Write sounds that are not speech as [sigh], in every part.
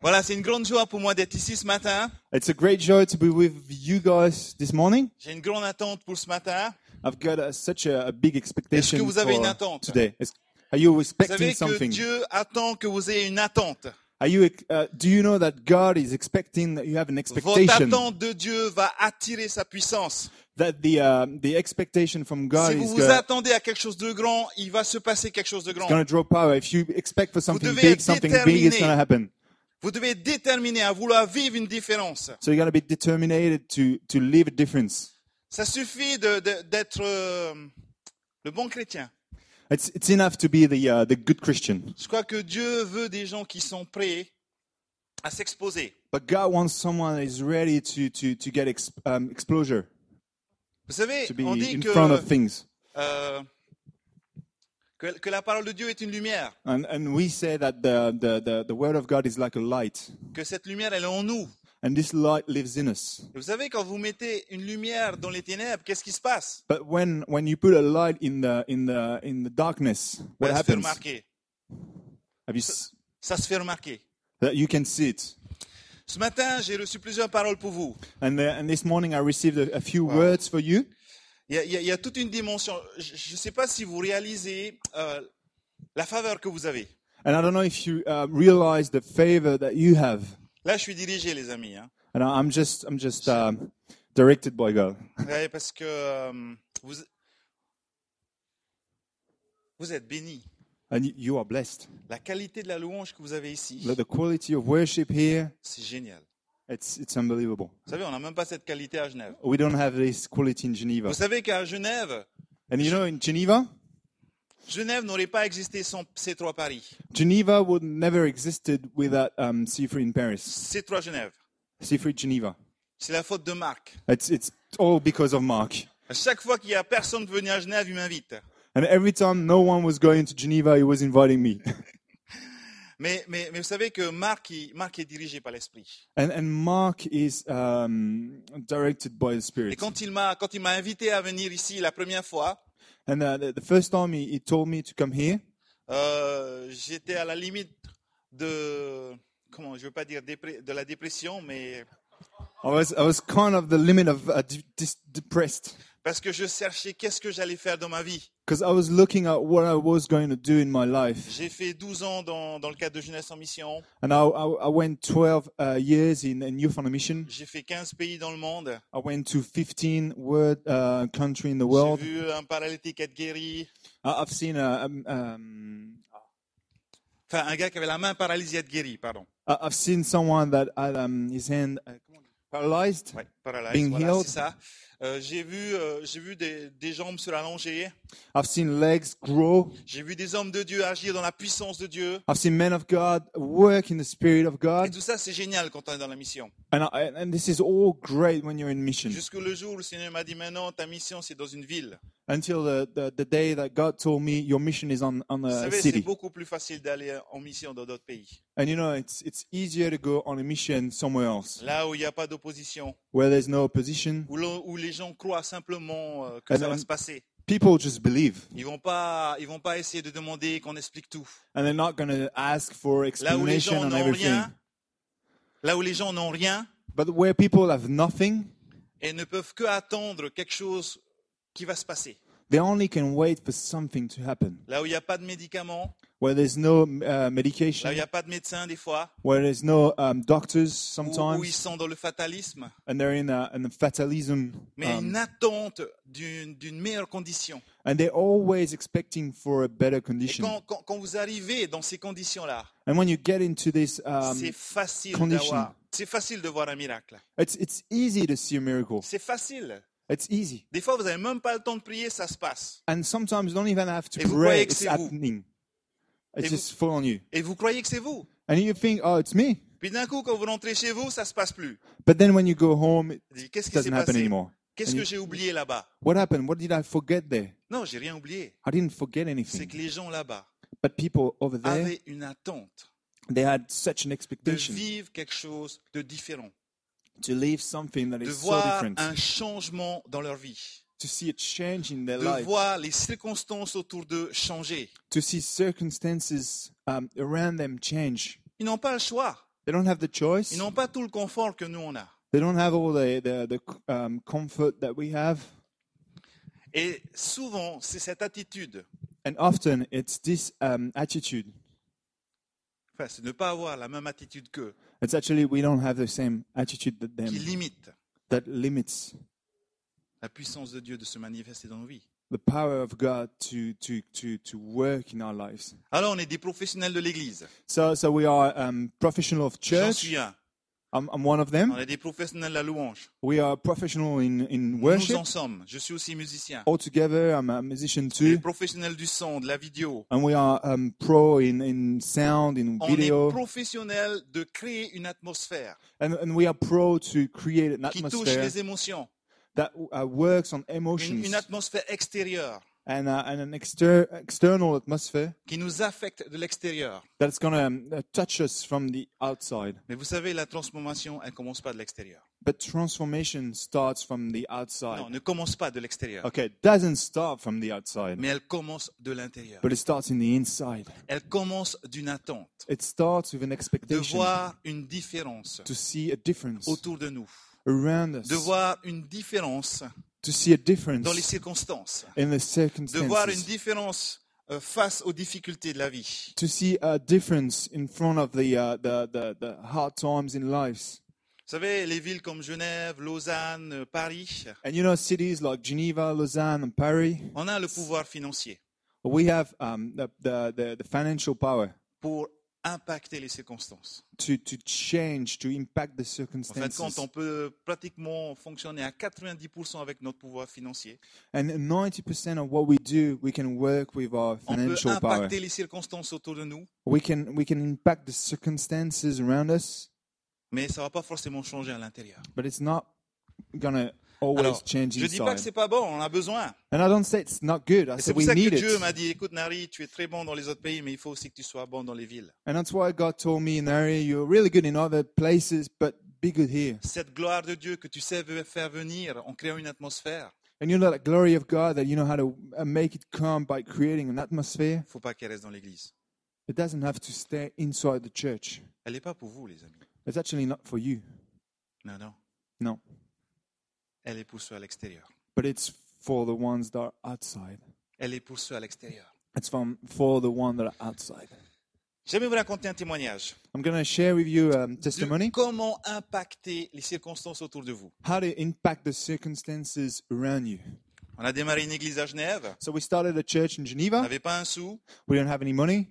Voilà, c'est une grande joie pour moi d'être ici ce matin. It's a great joy to be with you guys this morning. J'ai une grande attente pour ce matin. I've got uh, such a, a big Est-ce expectation que vous avez une for attente? today. Is- Are you Vous expecting savez que something? Dieu attend que vous ayez une attente. Are you? Uh, do you know that God is expecting that you have an Votre expectation attente de Dieu va attirer sa puissance. that the uh, the expectation from God si vous is vous going attendez à quelque chose de grand, il va se passer quelque chose de grand. to draw power? If you expect for something devez big, être something big déterminé. is going to happen. Vous devez être déterminé à vouloir vivre une différence. So you're going to be determined to to leave a difference. Ça suffit de- de- d'être euh, le bon chrétien. It's it's enough to be the uh, the good Christian, Je crois que Dieu veut des gens qui sont prêts à s'exposer. but God wants someone that is ready to to to get exp- um, exposure, Vous savez, to be on dit in que, front of things. euh, que, que la parole de Dieu est une lumière, And, and we say that the, the, the, the word of God is like a light, que cette lumière, elle est en nous. and this light lives in us. Et vous savez, quand vous mettez une lumière dans les ténèbres, qu'est-ce qui se passe But when, when you put a light in the, in the, in the darkness, what Ça se fait happens? remarquer. Have you s- Ça se fait remarquer. that you can see it. Ce matin, j'ai reçu plusieurs paroles pour vous. And, uh, and this morning I received a, a few words for you. Il y a, il y a- il y a toute une dimension. Je ne sais pas si vous réalisez euh, la faveur que vous avez. And I don't know if you uh, realize the favor that you have. Là, je suis dirigé, les amis. hein. And I, I'm just, I'm just um, directed by God. Ouais, parce que euh, vous, vous êtes bénis. And you, you are blessed. La qualité de la louange que vous avez ici, The the quality of worship here, c'est génial. it's, it's unbelievable. Vous savez, on n'a même pas cette qualité à Genève. We don't have this quality in Geneva. Vous savez qu'à Genève, And you know, in Geneva, Genève n'aurait pas existé sans ces trois Paris, Geneva would never existed without um, Seafree in Paris. ces trois Genève. Seafree Geneva. C'est la faute de Marc. It's it's all because of Mark. À chaque fois qu'il y a personne venu à Genève, il m'invite. And every time no one was going to Geneva, he was inviting me. [laughs] Mais, mais, mais vous savez que Marc, il- Marc est dirigé par l'Esprit. And and Mark is um, directed by the Et Spirit. quand il m'a quand il m'a invité à venir ici la première fois, And uh, the, the first time he, he told me to come here, euh, j'étais à la limite de comment je veux pas dire dépre- de la dépression, mais I was I was kind of the limit of uh, de- dis- depressed parce que je cherchais qu'est-ce que j'allais faire dans ma vie. because I was looking at what I was going to do in my life. J'ai fait 12 ans dans, dans le cadre de Jeunesse en Mission. And I I, I went 12 uh, years in, in youth on a mission. J'ai fait 15 pays dans le monde. I went to 15 word uh, country in the J'ai world. vu un paralytique être guéri. I- I've seen a, um, um, Enfin, un gars qui avait la main paralysée être guéri, pardon. I- I've seen someone that had um, his hand uh, paralyzed. Ouais, paralysé, Being voilà, healed. c'est ça. Euh, j'ai vu, euh, j'ai vu des, des jambes se rallonger. I've seen legs grow. J'ai vu des hommes de Dieu agir dans la puissance de Dieu. I've seen men of God work in the spirit of Et God. tout ça, c'est génial quand on est dans la mission. And I, and this is all great when you're in mission. Jusque le jour où le Seigneur m'a dit maintenant, ta mission, c'est dans une ville. Until the, the, the day that God told me your mission is on on Vous a savez, c'est Euh, city. beaucoup plus facile d'aller en mission dans d'autres pays. And you know it's it's easier to go on a mission somewhere else Là où il n'y a pas d'opposition, where there's no opposition. où, l'on- où les gens croient simplement euh, que And ça va then- se passer. People just believe, Ils vont pas, ils vont pas essayer de demander qu'on explique tout. and they're not going to ask for Là où les explanation gens on n'ont everything. rien, là où les gens n'ont rien But where people have nothing, et ne peuvent que attendre quelque chose qui va se passer. They only can wait for something to happen. Là où il n'y a pas de médicaments, Where there's no uh, là où il n'y medication, a pas de médecin des fois, where there's no um, doctors où, où ils sometimes, sont dans le fatalisme, and they're in a, in a fatalism. mais une Um, attente d'une d'une meilleure condition. and they're always expecting for a better Et condition. quand, quand- quand vous arrivez dans ces conditions-là, And when you get into this, um, c'est facile condition. d'avoir, c'est facile de voir un miracle. it's, it's easy to see a miracle. C'est facile. It's easy. Des fois, vous n'avez même pas le temps de prier, ça se passe. And sometimes you don't even have to Et vous croyez pray, que it's c'est vous. happening. Et It's vous- just fall on you. Et vous croyez que c'est vous. And you think, oh, it's me. Puis d'un coup, quand vous rentrez chez vous, ça se passe plus. But then when you go home, it Vous dites, Qu'est-ce qui s'est doesn't happen passé anymore. Qu'est-ce que j'ai oublié là-bas What happened? What did I forget there? Non, j'ai rien oublié. I didn't forget C'est anything. que les gens là-bas But people over there, avaient une attente they had such an de expectation vivre quelque chose de différent, to leave something that de is so voir different, un changement dans leur vie, to see a change in their de life, voir les circonstances autour d'eux changer. to see circumstances um, around them change. Ils n'ont pas le choix. They don't have the choice. Ils n'ont pas tout le confort que nous on a. They don't have all the, the, the um, comfort that we have. Et souvent, c'est cette attitude, And often it's this um, attitude. enfin, c'est ne pas avoir la même attitude qu'eux, It's actually we don't have the same attitude that qui them limite that limits la puissance de Dieu de se manifester dans nos vies. the power of God to, to, to, to work in our lives. Alors, on est des professionnels de l'Église. So, so we are um, professional of J'en church. suis un. I'm, I'm one of On them. est des professionnels de la louange. We are professional in, in Nous worship. en sommes. Je suis aussi musicien. All together, I'm a musician Des too. professionnels du son, de la vidéo. And we are um, pro in, in sound, in On est video. professionnels de créer une atmosphère And, and we are pro to create an qui touche atmosphere les émotions. that uh, works on Une, une emotions atmosphère extérieure and, uh, and an exter- external atmosphere qui nous affecte de l'extérieur. that's going to um, uh, touch us from the outside. Mais vous savez, la transformation, elle commence pas de l'extérieur. But transformation starts from the outside. Non, ne commence pas de l'extérieur. Okay, it doesn't start from the outside, Mais elle commence de l'intérieur. but it starts in the inside. Elle commence d'une attente, It starts with an de expectation voir une différence to see a difference autour de nous, around us, de voir une différence to see a difference dans les circonstances, in the de voir une circumstances, différence euh, face aux difficultés de la vie. to see a difference in front of the, uh, the, the, the hard times in lives. Vous savez, les villes comme Genève, Lausanne, euh, Paris, And you know, cities like Geneva, Lausanne, and Paris, on a le pouvoir financier we have um, the, the, the, the financial power pour impacter les circonstances. to, to change, to impact the En fin de circumstances. compte, on peut pratiquement fonctionner à 90% avec notre pouvoir financier. And 90% of what we do, we can work with our On peut financial power. impacter les circonstances autour de nous, We can, we can impact the circumstances around us, mais ça ne va pas forcément changer à l'intérieur. but it's not going to always Alors, change Je ne dis pas inside. que c'est pas bon, on en a besoin. And I don't say it's not good. I Et c'est say pour Ah, we ça que need Dieu it. m'a dit, écoute Nari, tu es très bon dans les autres pays, mais il faut aussi que tu sois bon dans les villes. And that's why God told me, Nari, you're really good in other places, but be good here. Cette gloire de Dieu que tu sais faire venir en créant une atmosphère, And you know that glory of God that you know how to uh, make it come by creating an atmosphere. il faut pas qu'elle reste dans l'église. It doesn't have to stay inside the church. Elle n'est pas pour vous, les amis. It's actually not for you. Non, non. No. Elle est pour ceux à l'extérieur. But it's for the ones that are outside. Elle est pour ceux à l'extérieur. It's from for the one that are outside. J'aimerais vous raconter un témoignage. I'm going to share with you um, de testimony comment impacter les circonstances autour de vous. how to impact the circumstances around you. On a démarré une église à Genève. So we started a church in On Geneva. n'avait pas un sou. We don't have any money.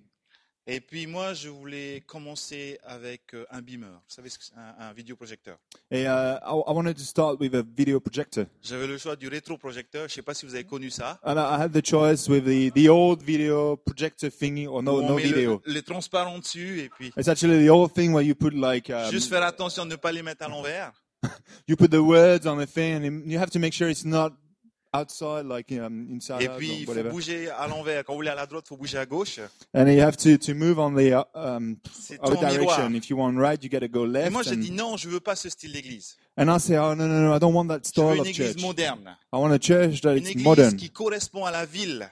Et puis moi, je voulais commencer avec euh, un beamer. Vous savez, ce que c'est un, un vidéoprojecteur. Et, uh, I, I wanted to start with a video projector, J'avais le choix du rétroprojecteur. Je ne sais pas si vous avez connu ça. and I I had the choice with the, the old video projector thingy or no Où on no met le- video. les transparents dessus et puis It's actually the old thing where you put like um, juste faire attention de ne pas les mettre à l'envers. you put the words on the thing, and you have to make sure it's not outside, like um, inside Et out puis, or il faut whatever. bouger à l'envers. Quand vous voulez à la droite, il faut bouger à gauche. And you have to, to move on the uh, um, C'est other ton miroir. direction. If you want right, you got to go Et left. moi, j'ai dit And, non, je veux pas ce style d'église. and I say, oh no no no, I don't want that Je veux style une of église church. moderne. I want a church that Une it's église modern, qui correspond à la ville.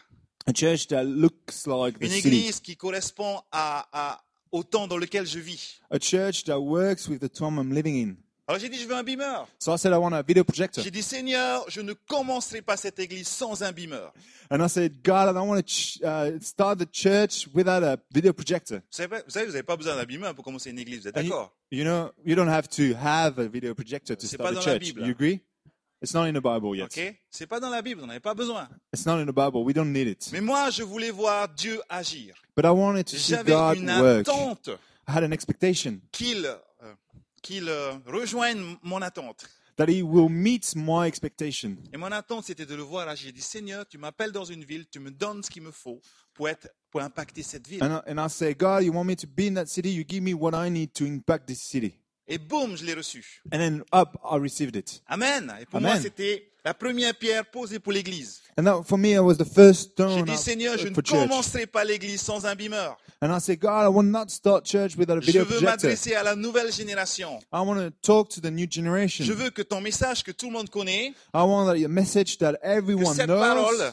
a church that looks like the Une city, église qui correspond à, à- au temps dans lequel je vis. a church that works with the time I'm living in. Alors j'ai dit, je veux un beamer. So I said, I want a video projector. J'ai dit, Seigneur, je ne commencerai pas cette église sans un beamer. Vous And I said, God, I don't want to ch- uh, start the church without a video projector. savez, pas- vous savez, vous n'avez pas besoin d'un beamer pour commencer une église, vous êtes Ah, il- d'accord You know, you don't have to have a video projector to C'est start pas a dans la church. Bible. You agree? It's not in the Bible yet. Ok C'est pas dans la Bible, vous n'en avez pas besoin. It's not in the Bible. We don't need it. Mais moi, je voulais voir Dieu agir. But I wanted to see J'avais God une work. attente I had an expectation qu'il euh, qu'il, euh, rejoigne mon attente. that He will meet my expectation. Et mon attente, c'était de le voir agir. J'ai dit, Seigneur, tu m'appelles dans une ville, tu me donnes ce qu'il me faut pour, être, pour impacter cette ville. And I, and I say, God, you want me to be in that city? You give me what I need to impact this city. Et boum, je l'ai reçu. And then up, I received it. Amen. Et pour Amen. moi, c'était la première pierre posée pour l'Église. And that, for me, it was the first J'ai stone dit, up Seigneur, je ne for church. commencerai pas l'Église sans un beamer. And I say, God, I will not start church without a Je video veux projector. m'adresser à la nouvelle génération. I want to talk to the new Je generation. veux que ton message que tout le monde connaît I want a message that everyone cette knows parole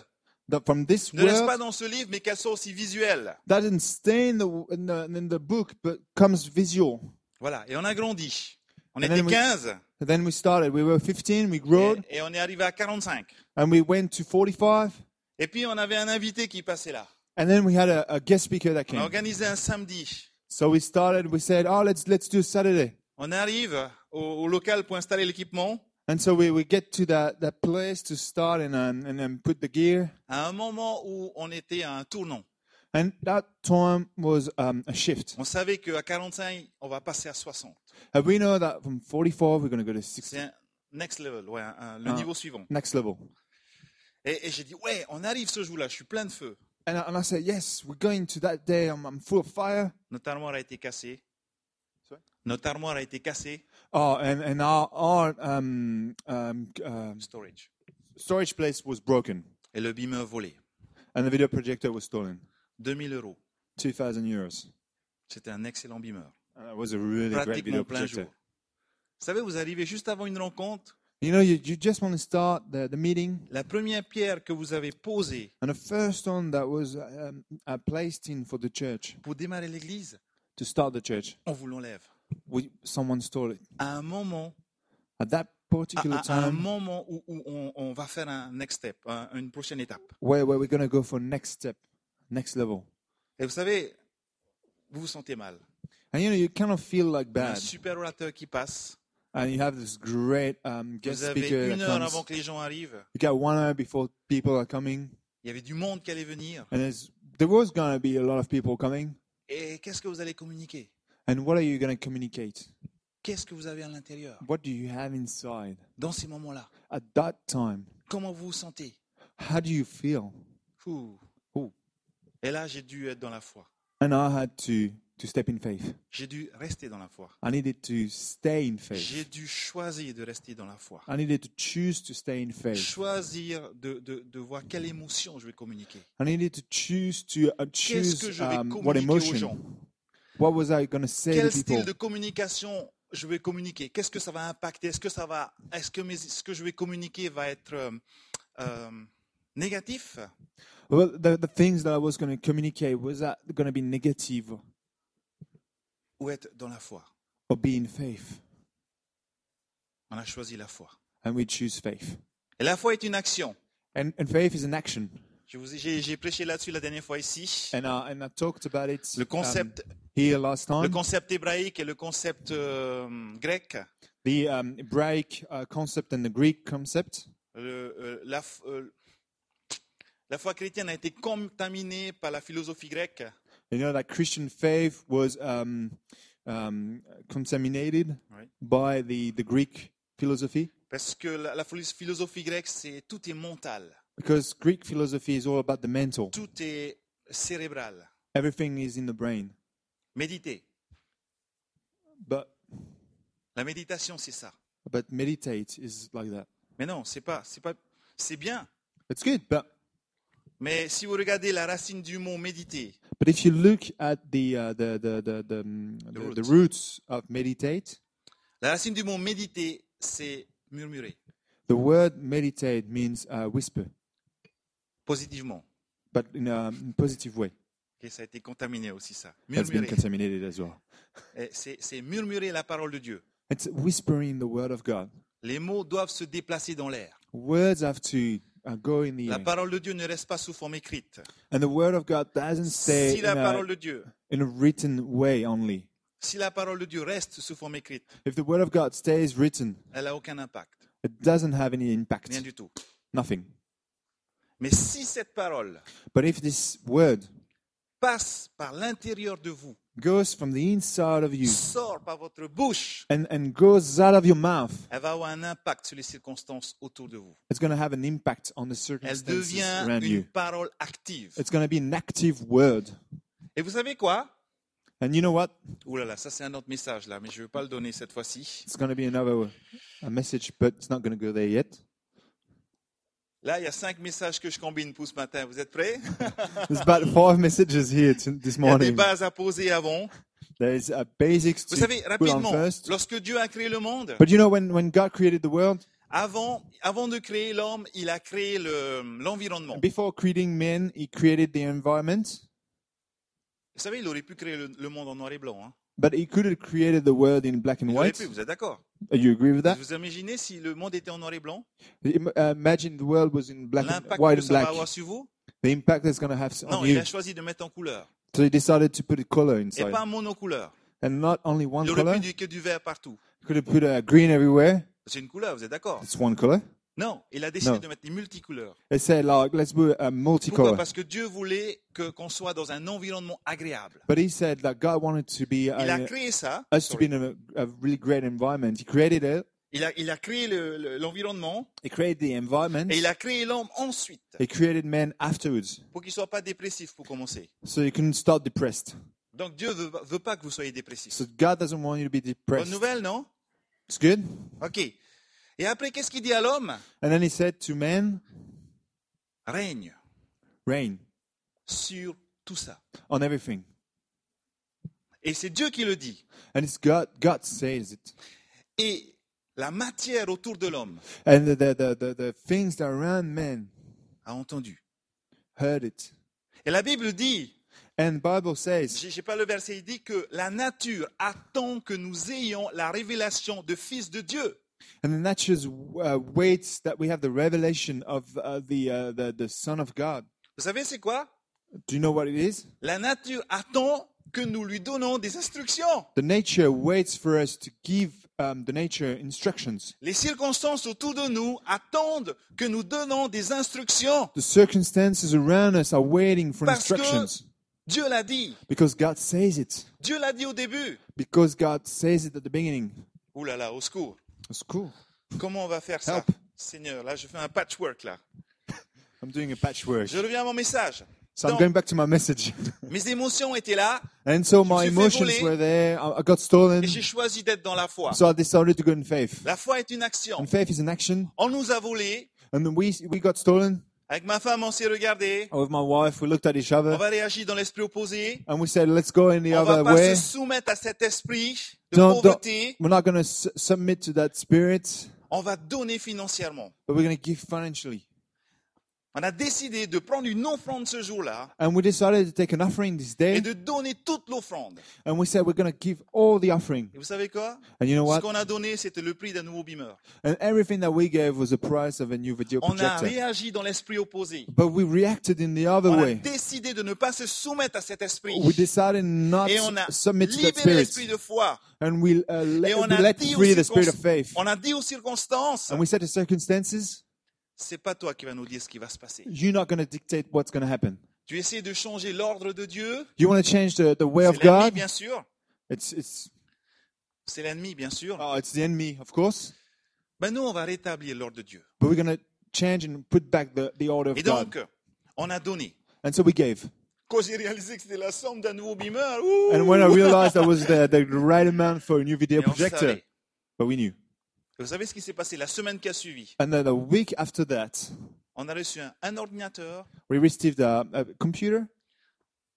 that from this ne reste pas world dans ce livre, mais qu'elle soit aussi visuelle. that doesn't stay in the, in the in the book, but comes visual. Voilà. Et on a grandi. On And était then we- 15 And then we started. We were 15, we et, grew, et on est arrivé à 45. and we went to 45. Et puis on avait un invité qui passait là. And then we had a, a guest speaker On that a came. organisé un samedi. So we started. We said, "Oh, let's let's do Saturday." On arrive au, au local pour installer l'équipement. And so we, we get to that, that place to start and um, and then put the gear. À un moment où on était à un tournant, And that time was um, a shift. on savait qu'à 45, on va passer à 60. And we know that from 44 we're going to go to 60, C'est un next level, ouais, un- un- le Ah. niveau suivant. next level. Et, et j'ai dit, ouais, on arrive ce jour-là, je suis plein de feu. And I, and I said, yes, we're going to that day. I'm, I'm full of fire. Notre armoire a été cassée. Sorry Notre armoire a été cassée. Oh, and, and our, our um, um, um, Storage. storage place was broken Et le beamer volé. and the video projector was stolen. 2000 euros. 2,000 euros. C'était un excellent beamer. And it was a really great Pratiquement video plein jour. projector. Vous savez, vous arrivez juste avant une rencontre. You know, you, you just want to start the, the meeting. La première pierre que vous avez posée And the first one that was um, uh, placed in for the church, pour démarrer l'église, to start the church, on vous l'enlève. we, someone stole it. À un moment, At à, that particular à- à un time, moment où, où on, on va faire un next step, un- une prochaine étape. where, where we're going to go for next step, next level. Et vous savez, vous vous sentez mal. And you know, you kind of feel like Un bad. super orateur qui passe. And you have this great um, guest Vous avez speaker une that heure comes. avant que les gens arrivent. You got one hour before people are coming. Il y avait du monde qui allait venir. And there's, there was going to be a lot of people coming. Et qu'est-ce que vous allez communiquer And what are you going to communicate? Qu'est-ce que vous avez à l'intérieur What do you have inside? dans ces moments-là At that time, Comment vous vous sentez how do you feel? Ouh. Ouh. Et là, j'ai dû être dans la foi. And I had to, to step in faith. J'ai dû rester dans la foi. I needed to stay in J'ai faith. dû choisir de rester dans la foi. I needed to choose to stay in faith. Choisir de, de, de voir quelle émotion je vais communiquer. I needed to choose to uh, que choose je vais um, what communiquer aux emotion. gens? What was I going to say to Quel style people? de communication je vais communiquer Qu'est-ce que ça va impacter Est-ce que ça va, est-ce que mes- ce que je vais communiquer va être euh, euh, négatif Well, the, the things that I was going to communicate was that going to be negative ou être dans la foi or be in faith, On a choisi la foi. and we choose faith. Et la foi est une action. And and faith is an action, Je vous ai- j'ai j'ai prêché là-dessus la dernière fois ici. and I and I talked about it Le um, concept, here last le time. concept hébraïque et le concept euh, grec. the um, Hebraic uh, concept and the Greek concept. Le- euh, la, f- euh, la foi chrétienne a été contaminée par la philosophie grecque You know that Christian faith was um, um, contaminated Right. by the the Greek philosophy parce que la, la philo- philosophie grecque, c'est tout est mental, because Greek philosophy is all about the mental. tout est cérébral, Everything is in the brain, méditer. but La méditation, c'est ça. but meditate is like that. Mais non, c'est pas, c'est pas, c'est bien. It's good, but Mais si vous regardez la racine du mot méditer, But if you look at the uh, the, the, the, the, mm, the, root. the roots of meditate, La racine du mot méditer, c'est murmurer the word meditate means uh, whisper, positivement. but in a mm, positive way. Et ça a été contaminé aussi, ça. That's been Murmurer. contaminated as well. Et C'est c'est murmurer la parole de Dieu. It's whispering the word of God. Les mots doivent se déplacer dans l'air. Words have to uh, go in the La air, parole de Dieu ne reste pas sous forme écrite. and the word of God doesn't stay Si la in, parole a, de Dieu, in a written way only. si la parole de Dieu reste sous forme écrite, If the word of God stays written, elle n'a aucun impact. it doesn't have any impact, Rien du tout. nothing. Mais si cette parole But if this word passe par l'intérieur de vous, goes from the inside of you sort par votre bouche, and, and goes out of your mouth, elle va avoir un impact sur les circonstances autour de vous. It's going to have an impact on the Elle circumstances devient around une you. parole active. It's going to be an active word. Et vous savez quoi And you know what? Ouh là là, ça c'est un autre message là, mais je ne vais pas le donner cette fois-ci. It's going to be another a message, but it's not going to go there yet. Là, il y a cinq messages que je combine pour ce matin. Vous êtes prêts [laughs] There's about five messages here to, this Il y a des morning. bases à poser avant. There's uh, basics Vous to savez, put on rapidement, first. lorsque Dieu a créé le monde, But you know, when, when God created the world, avant, avant de créer l'homme, il a créé le- l'environnement. before creating men, He created the environment. Vous savez, il aurait pu créer le, le monde en noir et blanc. hein. But he could have created the world in black and Il aurait white. Uh, pu, vous êtes d'accord You agree with that? Vous imaginez si le monde était en noir et blanc, Im- uh, Imagine the world was in black and l'impact white que and ça va black. avoir sur vous The impact that's going to have on Non, il you. a choisi de mettre en couleur So he decided to put a color et inside, pas en monocouleur. and not only one Il aurait color. pu dire que du vert partout. Could have put a green everywhere. C'est une couleur, vous êtes d'accord It's one color. Non, il a décidé Non. de mettre des multicouleurs. They said like let's put a Pourquoi multicolor. Parce que Dieu voulait que qu'on soit dans un environnement agréable. But he said that God wanted to be Il a a, créé ça. us to be Sorry. in a, a really great environment. He created it. Il a, il a créé le- le- l'environnement He created the environment. et il a créé l'homme ensuite He created man afterwards, pour qu'il soit pas dépressif pour commencer. so you couldn't start depressed. Donc Dieu veut, veut pas que vous soyez dépressif. So God doesn't want you to be Bonne depressed. nouvelle, non It's good. Ok. Et après, qu'est-ce qu'il dit à l'homme And then he said to man, Règne reign sur tout ça. on everything. Et c'est Dieu qui le dit. And it's God. God says it. Et la matière autour de l'homme And the the the, the, the things that are around man a entendu. heard it. Et la Bible dit And the Bible says J'ai j'ai pas le verset, il dit que la nature attend que nous ayons la révélation de Fils de Dieu. And the nature uh, waits that we have the revelation of uh, the, uh, the the Son of God. Vous savez, c'est quoi Do you know what it is? La nature attend que nous lui donnons des instructions. The nature waits for us to give um, the nature instructions. Les circonstances autour de nous attendent que nous donnons des instructions. The circumstances around us are waiting for Parce que- instructions Dieu l'a dit. because God says it. Dieu l'a dit au début. Because God says it at the beginning. Ouh là là, au secours. It's cool. Comment on va faire ça Help. Seigneur, là, je fais un patchwork, là. I'm doing a patchwork. Je reviens à mon message. So I'm Donc, going back to my message. [laughs] mes émotions étaient là And so my suis fait emotions voler. were there. I, I got stolen. et j'ai choisi d'être dans la foi. So I decided to go in faith. La foi est une action. And faith is an action. On nous a volé. And then we, we got stolen. Avec ma femme, on s'est regardé. With my wife, we looked at each On other. va réagir dans l'esprit opposé. and we said, let's go in the On va other pas way. se soumettre à cet esprit de Don't- don't- pauvreté. We're not going to s- submit to that spirit, On va donner financièrement. but we're going to give financially. On a décidé de prendre une offrande ce jour-là And we decided to take an offering this et day, de donner toute l'offrande. and we said we're going to give all the offering. Et vous savez quoi And you know Ce what? qu'on a donné, c'était le prix d'un nouveau beamer. And everything that we gave was the price of a new video On a projector. réagi dans l'esprit opposé. But we reacted in the other On a way. décidé de ne pas se soumettre à cet esprit. Ah We decided not Et on a to submit to that libéré l'esprit spirit, de foi. and we uh, Et on let, we a let dit aux free the spirit of circon- faith. On a dit aux circonstances, And we said to circumstances, c'est pas toi qui vas nous dire ce qui va se passer. you're not going to dictate what's going to happen. Tu essaies de changer l'ordre de Dieu. You want to change the, the way of C'est l'ennemi, God? bien sûr. It's it's C'est l'ennemi, bien sûr. oh, it's the enemy, of course. Ben nous, on va rétablir l'ordre de Dieu. But we're going to change and put back the, the order of Et God. donc, on a donné. And so we gave. Quand j'ai réalisé que c'était la somme d'un nouveau beamer, And ouh, when I realized that was the, the right amount for a new video mais on projector, savait. but we knew. Vous savez ce qui s'est passé la semaine qui a suivi And then a week after that, On a reçu un, un ordinateur, we received a, a computer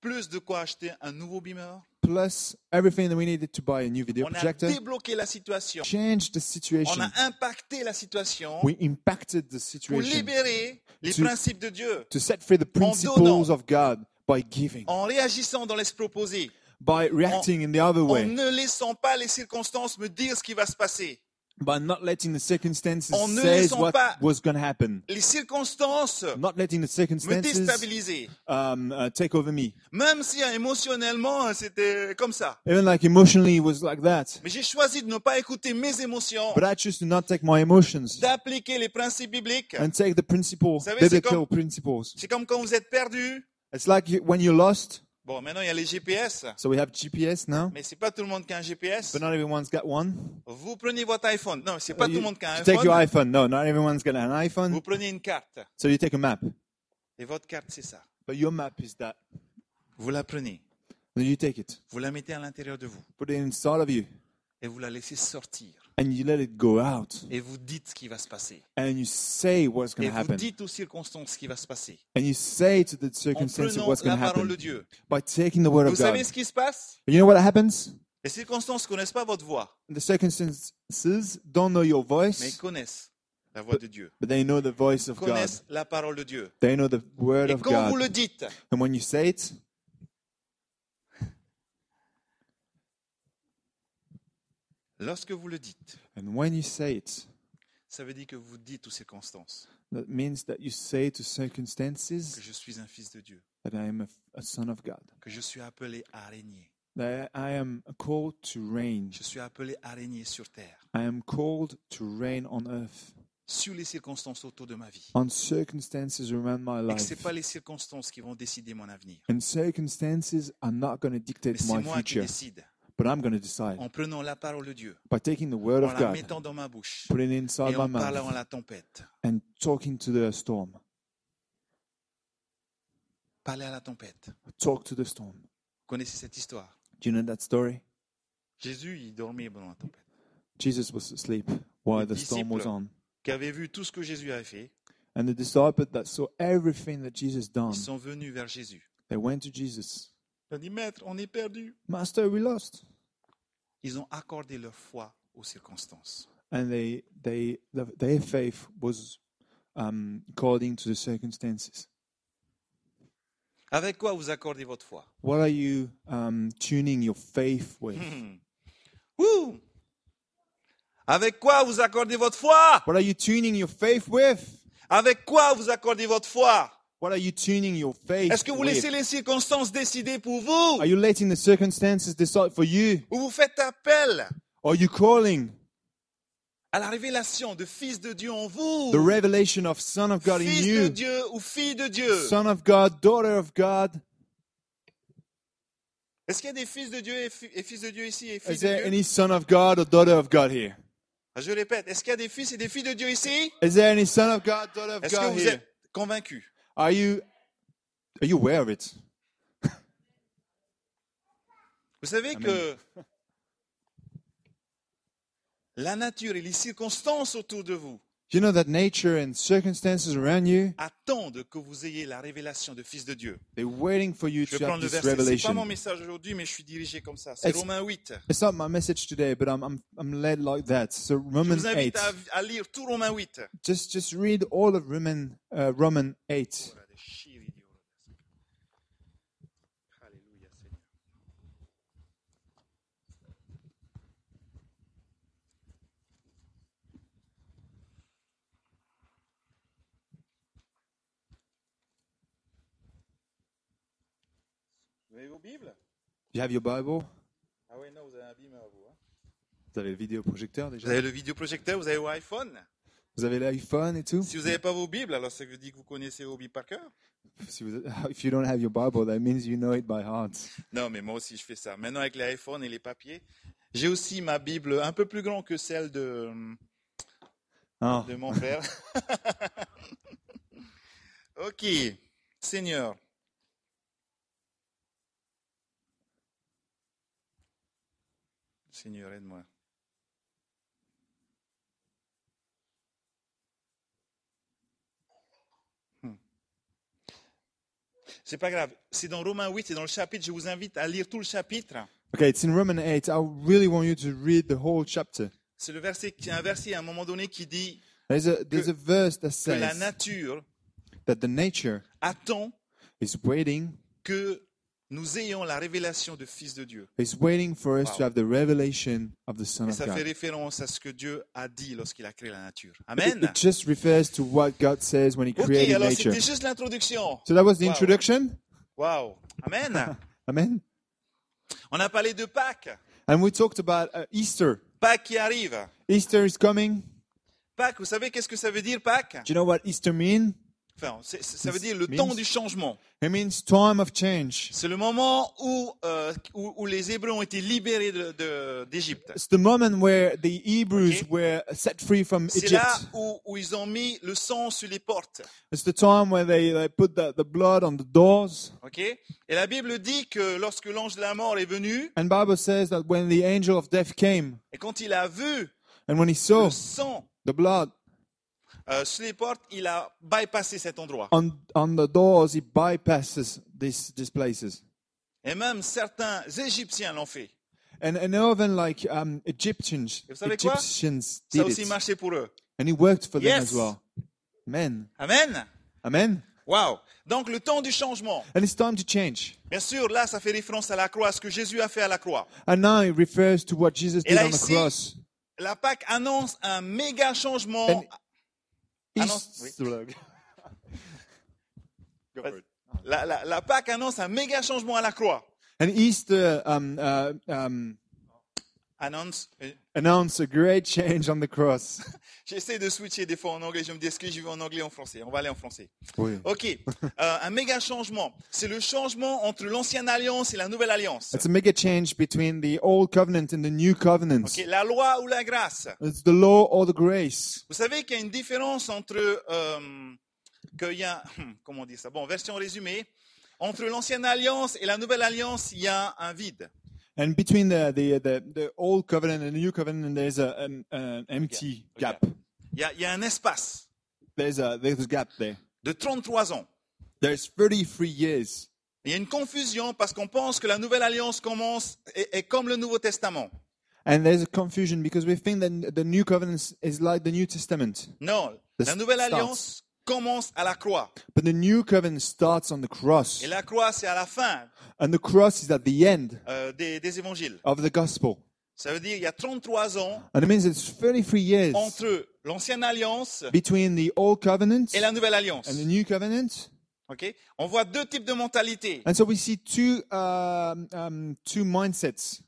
plus de quoi acheter un nouveau beamer. plus everything that we needed to buy a new video On a projector. débloqué la situation. Changed the On situation. a impacté la situation We impacted the pour situation libérer les Tu- principes de Dieu. to set free the principles of God by giving, En réagissant dans l'esprit opposé, by reacting in the other en way, ne laissant pas les circonstances me dire ce qui va se passer. by not letting the circumstances En ne say laissant what pas- was going to happen, Les circonstances not letting the me circumstances déstabiliser. um, uh, take over me. Même si euh, émotionnellement, euh, c'était comme ça. Even like emotionally, it was like that. Mais j'ai choisi de ne pas écouter mes émotions, But I choose to not take my emotions d'appliquer les principes bibliques. and take the principle, Vous savez, c'est biblical principles. C'est comme quand vous êtes perdu. It's like you, when you're lost. Bon, maintenant, il y a les GPS. So we have GPS now, Mais c'est pas tout le monde qui a un GPS. but not everyone's got one. Vous prenez votre iPhone. Non, c'est pas tout you, le monde qui a un you Euh, take your iPhone. iPhone. No, not everyone's got an Vous iPhone. prenez une carte. So you take a map, Et votre carte, c'est ça. but your map is that. Vous la prenez. Then you take it, Vous la mettez à l'intérieur de vous. put it inside of you, Et vous la laissez sortir. and you let it go out, Et vous dites ce qui va se passer. and you say what's Et going to vous happen, dites aux circonstances ce qui va se passer. and you say to the En circumstances prenant what's la going to parole de happen Dieu. by taking the word Vous of God. savez ce qui se passe? And you know what happens? Les circonstances connaissent pas votre voix, The circumstances don't know your voice. mais ils connaissent la voix de Dieu. But they know the voice of Ils God. connaissent la parole de Dieu. They know the word Et of quand vous God. le dites, And when you say it, Lorsque vous le dites, And when you say it, ça veut dire que vous dites aux circonstances that means that you say to que circumstances je suis un fils de Dieu, that I am a, a son of God, que je suis appelé à régner. that I am called to reign. Je suis appelé à régner sur terre, I am called to reign on earth, sur les circonstances autour de ma vie. on circumstances around my Et que ce life. pas les circonstances qui vont décider mon avenir. And circumstances are not going to Mais dictate c'est my moi qui future, décide, but I'm going to decide en prenant la parole de Dieu, by taking the word en of la God, mettant dans ma bouche putting it inside et my en parlant à mouth, la tempête. and talking to the storm. Parler à la tempête. Vous Talk to the storm. connaissez cette histoire Do you know that story? Jésus, il dormait pendant la tempête. Jesus was asleep while Les the storm was disciples. on. Qui avait vu tout ce que Jésus avait fait, And the disciples that saw everything that Jesus done, ils sont venus vers Jésus. they went to Jesus. Ils ont dit, Maître, on est perdu. Master, we lost. Ils ont accordé leur foi aux circonstances. And they, they, their faith was um, according to the circumstances. Avec quoi vous accordez votre foi [laughs] What are you um, tuning your faith with? Hmm. Ouh. Avec quoi vous accordez votre foi What are you tuning your faith with? Avec quoi vous accordez votre foi What are you tuning your faith Est-ce que vous with? laissez les circonstances décider pour vous Are you letting the circumstances decide for you? Ou vous faites appel Are you calling à la révélation de Fils de Dieu en vous the revelation of Son of God Oh. Fils in de you? Dieu ou fille de Dieu Son of God, daughter of God. Est-ce qu'il y a des fils de Dieu et, fi- et fils de Dieu ici et filles Is de there Dieu Ah, any son of God or daughter of God here? Je répète, est-ce qu'il y a des fils et des filles de Dieu ici Is there any son of God, daughter of Est-ce que God vous here? êtes convaincus Are you are you aware of it? Vous savez que [laughs] la nature et les circonstances autour de vous Do you know that nature and circumstances around you attendent que vous ayez la révélation de Fils de Dieu. they're waiting for you Je to vais have prendre le this verset. C'est pas mon revelation. message aujourd'hui, mais je suis dirigé comme ça. C'est Est-ce- Romains 8. It's not my message today, but I'm I'm, I'm led like that. So Je Romans vous invite eight, à, à lire tout Romains 8. just just read all of Roman uh, Roman eight. Alléluia, Seigneur. Vous avez vos Bibles Do you have your Bible? Ah oui, non, vous avez un Bible à vous. hein. Vous avez le vidéoprojecteur déjà. Vous avez le vidéoprojecteur, vous avez vos iPhone. Vous avez l'iPhone et tout. Si vous n'avez pas vos Bibles, alors ça veut dire que vous connaissez vos Bibles par cœur. Si vous- if you [laughs] don't have your Bible, that means you know it by heart. Non, mais moi aussi je fais ça. Maintenant avec les iPhones et les papiers, j'ai aussi ma Bible un peu plus grande que celle de, Oh, de mon frère. [laughs] ok, Seigneur. Seigneur, aide-moi. Hmm. C'est pas grave, c'est dans Romains 8, c'est dans le chapitre. Je vous invite à lire tout le chapitre. Okay, it's in Roman 8. I really want you to read the whole chapter. C'est le verset, qui- un verset à un moment donné qui dit There's a there's a verse that que la says nature that the nature attend is waiting que nous ayons la révélation de Fils de Dieu. is waiting for us to Wow. have the revelation of the Son Et of ça fait God. référence à ce que Dieu a dit lorsqu'il a créé la nature. It, Amen. it just refers to what God says when He Ok, [laughs] created alors nature. c'était juste l'introduction. So that was the Wow. introduction. Wow. [laughs] Amen. Amen. On a parlé de Pâques. And we talked about uh, Easter. Pâques qui arrive. Easter is coming. Pâques, vous savez qu'est-ce que ça veut dire Pâques Do you know what Easter mean? Enfin, c'est- c'est- ça veut dire le Means- temps du changement. It means time of change. C'est le moment où, euh, où, où les Hébreux ont été libérés d'Égypte. De, d'Égypte. It's the moment where the Hebrews Okay. were set free from c'est Egypt. là où, où ils ont mis le sang sur les portes. It's the time where they, they put the, the blood on the doors. Ok Et la Bible dit que lorsque l'ange de la mort est venu, And Bible says that when the angel of death came et quand il a vu and when he saw le sang the blood euh, sur les portes, il a bypassé cet endroit. on on the doors, he bypasses these these places. Et même certains Égyptiens l'ont fait. And and even like um, Egyptians, Et vous savez quoi? Egyptians Ça a did aussi it, marché pour eux. and he worked for them Yes. as well. Amen. Amen. Amen. Waouh Donc le temps du changement. And it's time to change. Bien sûr, là, ça fait référence à la croix, à ce que Jésus a fait à la croix. And now it refers to what Jesus Et did là, on the ici, cross. La Pâque annonce un méga changement. And- Ah non, Easter egg. Go for it. La, la- la Pâque annonce un méga changement à la croix. And Easter um, uh, um, Annonce. euh, announced a great change on the cross. J'essaie de switcher des fois en anglais. Je me dis, est-ce que je vais en anglais ou en français On va aller en français. Ok. Euh, un méga changement. C'est le changement entre l'ancienne alliance et la nouvelle alliance. It's a mega change between the old covenant and the new covenant. Ok. La loi ou la grâce. It's the law or the grace. Vous savez qu'il y a une différence entre euh, qu'il y a hmm, comment on dit ça Bon, version résumée. Entre l'ancienne alliance et la nouvelle alliance, il y a un vide. And between the, the, the, the old covenant and the new covenant, there's a, an, an empty A gap. gap. Il y a, il y a un espace There's a, there's a gap there. de 33 ans. There's 33 years. Il y a une confusion parce qu'on pense que la nouvelle alliance commence est, est comme le Nouveau Testament. And there's a confusion because we think that the new covenant is like the New Testament. Non, The la nouvelle stance. alliance commence à la croix. But the new covenant starts on the cross. Et la croix, c'est à la fin And the cross is at the end euh, des, des évangiles. of the gospel. Ça veut dire il y a 33 ans And it means it's 33 years entre l'ancienne alliance between the old covenant et la nouvelle alliance. and the new covenant. Ok On voit deux types de mentalités. And so we see two, um, um, two mindsets.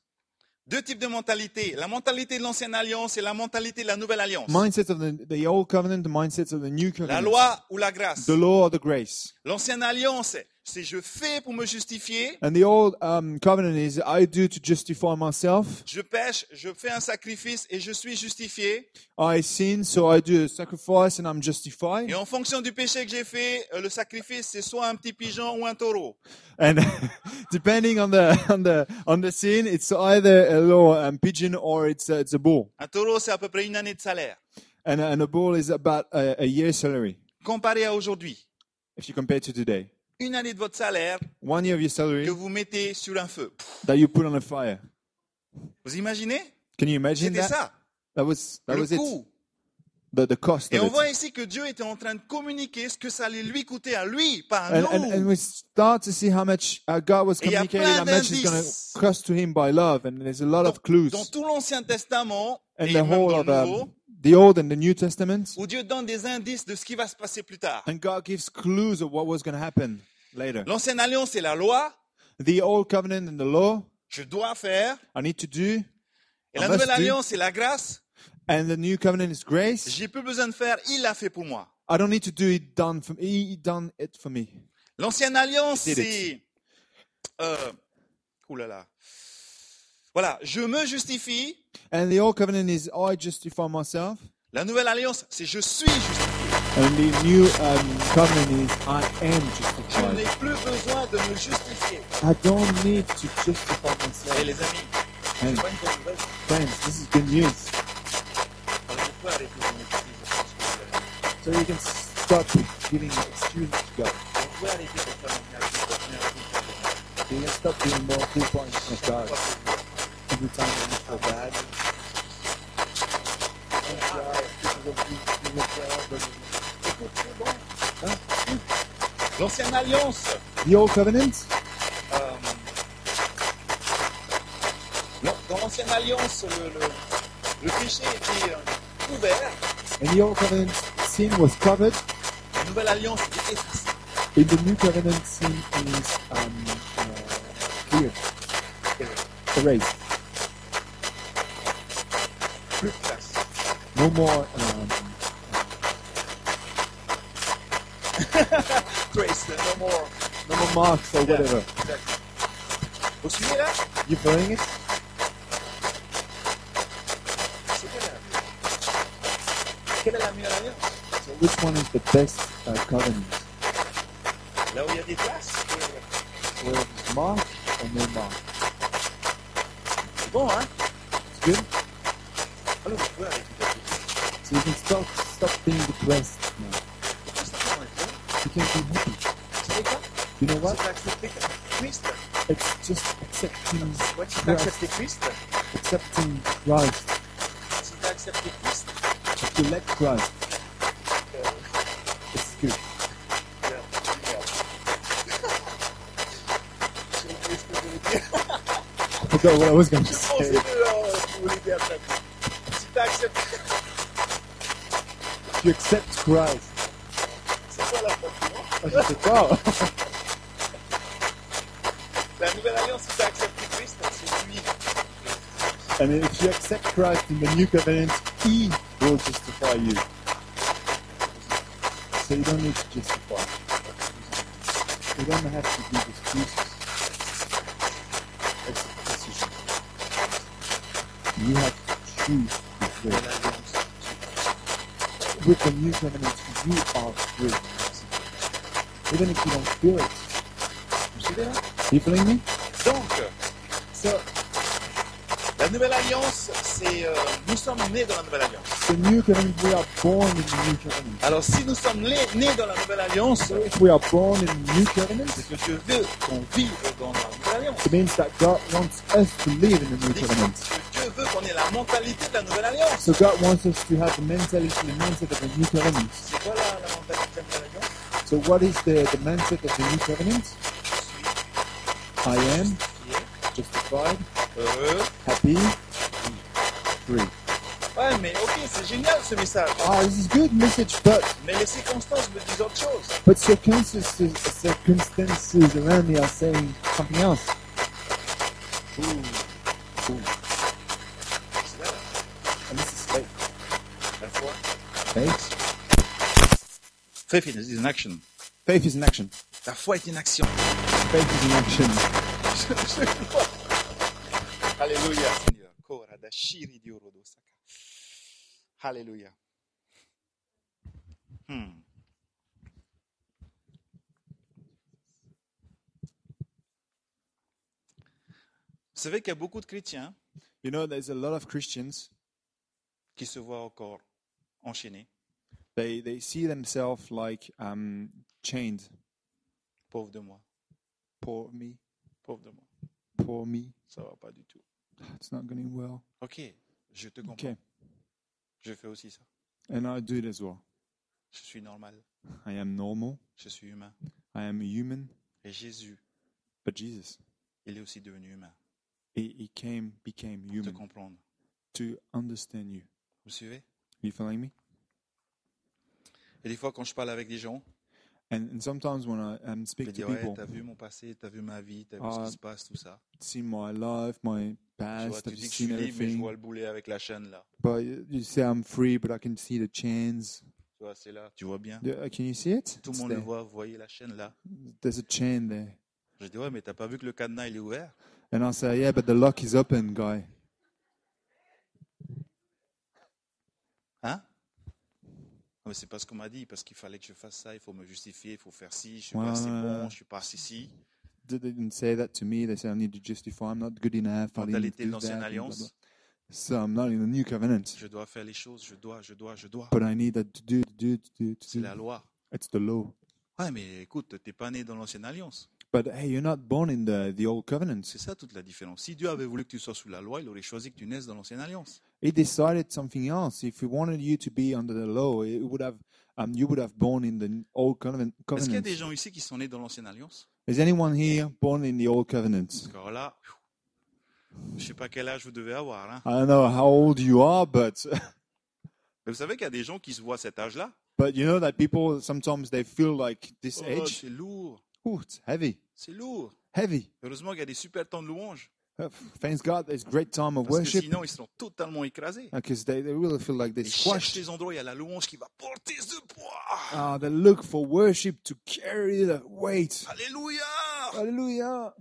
Deux types de mentalités. La mentalité de l'ancienne alliance et la mentalité de la nouvelle alliance. Mindsets of the, the old covenant, the mindsets of the new covenant. La loi ou la grâce. The law or the grace. L'ancienne alliance, c'est je fais pour me justifier. And the old um, covenant is I do to justify myself. Je pêche, je fais un sacrifice et je suis justifié. I sin, so I do a sacrifice and I'm justified. Et en fonction du péché que j'ai fait, euh, le sacrifice, c'est soit un petit pigeon ou un taureau. And [laughs] depending on the [laughs] on the on the sin, it's either a little um, pigeon or it's a, it's a bull. Un taureau, c'est à peu près une année de salaire. And a, and a bull is about a, a year's salary Comparé à aujourd'hui, if you compare to today. une année de votre salaire One year of your que salary vous mettez sur un feu. Pff, that you put on a fire. Vous imaginez Can you imagine C'était that? ça, That was that le was it. coût. The the cost Et on of voit it. ici que Dieu était en train de communiquer ce que ça allait lui coûter à lui, pas à And, and, and nous. we start to see how much uh, God was Et il y a communicating, plein how much it's going d'indices. to cost to him by love, and there's a lot of Dans clues tout l'Ancien Testament and et the même whole dans of le Nouveau, um, the Old and the New Testaments, où Dieu donne des indices de ce qui va se passer plus tard. and God gives clues of what was going to happen later. L'ancienne alliance, c'est la loi, The Old Covenant and the Law, je dois faire. I need to do, Et I la must nouvelle do. alliance, c'est la grâce, and the New Covenant is grace. J'ai plus besoin de faire, il l'a fait pour moi. I don't need to do it done for me. He done it for me. L'ancienne alliance, He did c'est. Euh, oulala. Voilà, je me justifie. And the Old Covenant is I justify myself, La nouvelle alliance, c'est je suis justifié. and the New um, Covenant is I am Je n'ai justified. plus besoin de me justifier. I don't need to justify Et myself. Eh, les amis, And c'est pas une bonne nouvelle. friends, this is good news. Alors, on peut arrêter de me justifier, je pense que vous avez- So you can stop giving excuses to God. on peut arrêter de faire un miracle, de faire un miracle. So you can stop doing more good points of God every time you feel bad. L'ancienne alliance, The Old Covenant, euh, non, dans l'ancienne alliance, le, le- le péché était euh, couvert. in the Old Covenant, sin was covered. La nouvelle alliance est efficace. In the New Covenant, sin is um, uh, clear, erased. plus efficace. No more. Um, Grace, no more. no more marks or whatever. Exactly. Vous suivez là You feeling it? C'est quelle la Quelle est la meilleure alliance So which one is the best uh, covenant? Là où il y a des places euh, Where there's mark or no mark? C'est bon, hein It's good. Alors, vous pouvez arrêter de So you can stop stop being depressed now. Tout simplement être bon. You can be happy. Vous savez quoi You know C'est what? d'accepter Christ. It's just accepting Ouais, c'est Christ. d'accepter Christ. Accepting Christ. C'est d'accepter Christ. If you let Christ, euh, it's good. euh, forgot what I was [laughs] going to Je pensais say. que, euh, pour les personnes. Si tu acceptes, If you accept Christ, c'est quoi la fortune Ah, je sais pas. La nouvelle alliance, si tu acceptes Christ, c'est lui. And if you accept Christ in the new covenant, He will justify you. So you don't need to justify. You don't have to give excuses. It's a decision. You have to choose this way. With the new covenant, you are free. Even if you don't feel it. You see that? You feeling me? Donc, So, la nouvelle alliance, c'est euh, nous sommes nés dans la nouvelle alliance. the new covenant, we are born in the new covenant. Alors, si nous sommes nés, nés dans la nouvelle alliance, So if we are born in a new covenant, c'est que Dieu veut qu'on vive dans la nouvelle alliance. it means that God wants us to live in the new Dieu covenant. Dieu veut qu'on ait la mentalité de la nouvelle alliance. So God wants us to have the mentality, the mindset of the new covenant. C'est quoi la, la mentalité de la nouvelle alliance So what is the, the mindset of the new covenant? I am Qui est justified, heureux. happy, Ah, free. Euh, Ouais, mais ok, c'est génial ce message. Ah, this is good message, but Mais les circonstances me disent autre chose. but circumstances circumstances around me are saying something else. C'est là, And this is fake. la foi. Faith? Faith is in action. Faith is an action. La foi est une action. Faith is an action. Je- je crois. [laughs] Alléluia, Seigneur. Kora da shiri di orodo saka. Alléluia. Hmm. Vous savez qu'il y a beaucoup de chrétiens You know, there's a lot of Christians qui se voient encore enchaînés, they they see themselves like um, chained. pauvres de moi, Poor me, pauvres de moi. poor me. Ça va pas du tout. It's not going well. Ok, je te comprends. Okay, Je fais aussi ça. and I do it as well. Je suis normal, I am normal. je suis humain. I am a human, Et Jésus, but Jesus, il est aussi devenu humain. he, he came, became Te human comprendre. to understand you. Vous suivez You following me? Et des fois, quand je parle avec des gens, And, and sometimes when I um, je speak dis to Ouais, people, t'as vu mon passé, t'as vu ma vie, t'as vu Ah. ce qui se passe, tout ça. see my life, my Tu vois, past, tu I've dis que je suis seen libre, mais je everything. vois le boulet avec la chaîne là. But you you say I'm free, but I can see the chains. Tu vois, c'est là. Tu vois bien Yeah, Can you see it? Tout le It's monde le there. voit, vous voyez la chaîne là. There's a chain there. Je dis Ouais, mais t'as pas vu que le cadenas il est ouvert And I say, yeah, but the lock is open, guy. Hein Non, mais c'est pas ce qu'on m'a dit, parce qu'il fallait que je fasse ça, il faut me justifier, il faut faire ci, je suis Ouais, pas assez ouais, bon, ouais. je suis pas assez ci. They didn't say that to me. They said I need to justify. I'm not good enough. I didn't Mentalité de do that. l'ancienne and blah, blah. alliance, So I'm not in the new covenant, je dois faire les choses, je dois, je dois, je dois. but I need that to do, to do, to do, to C'est la do. loi. It's the law. Ouais, mais écoute, t'es pas né dans l'ancienne alliance. But hey, you're not born in the the old covenant. C'est ça toute la différence. Si Dieu avait voulu que tu sois sous la loi, il aurait choisi que tu naisses dans l'ancienne alliance. He decided something else. If he wanted you to be under the law, it would have um, you would have born in the old covenant. Est-ce qu'il y a covenant. des gens ici qui sont nés dans l'ancienne alliance Is anyone here born in the old covenant? Parce que alors là, pfiou, je sais pas quel âge vous devez avoir. hein. I don't know how old you are, but [laughs] Mais vous savez qu'il y a des gens qui se voient à cet âge-là. but you know that people sometimes they feel like this Oh, age. c'est lourd, Oh, it's heavy, c'est lourd. heavy. Heureusement qu'il y a des super temps de louange. Uh, Thanks God, there's great time of Parce que worship sinon, ils seront totalement écrasés. because they, they really feel like they're Ils cherchent squashed. les endroits où il y a la louange qui va porter ce poids. Uh, they look for worship to carry the weight. Alléluia Hallelujah.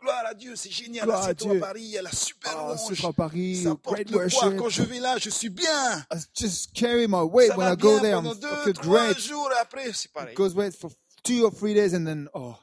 Gloire à Dieu, c'est génial. Gloire Là, à C'est toi à Dieu. Paris, il y a la super Ah, louange. Sutra Paris, Ça porte great le poids. worship. Quand je vais là, je suis bien. I just carry my weight Ça when va I go bien there. I'm pendant deux, feel trois great. jours et après, c'est pareil. Goes wait for two or three days and then, oh,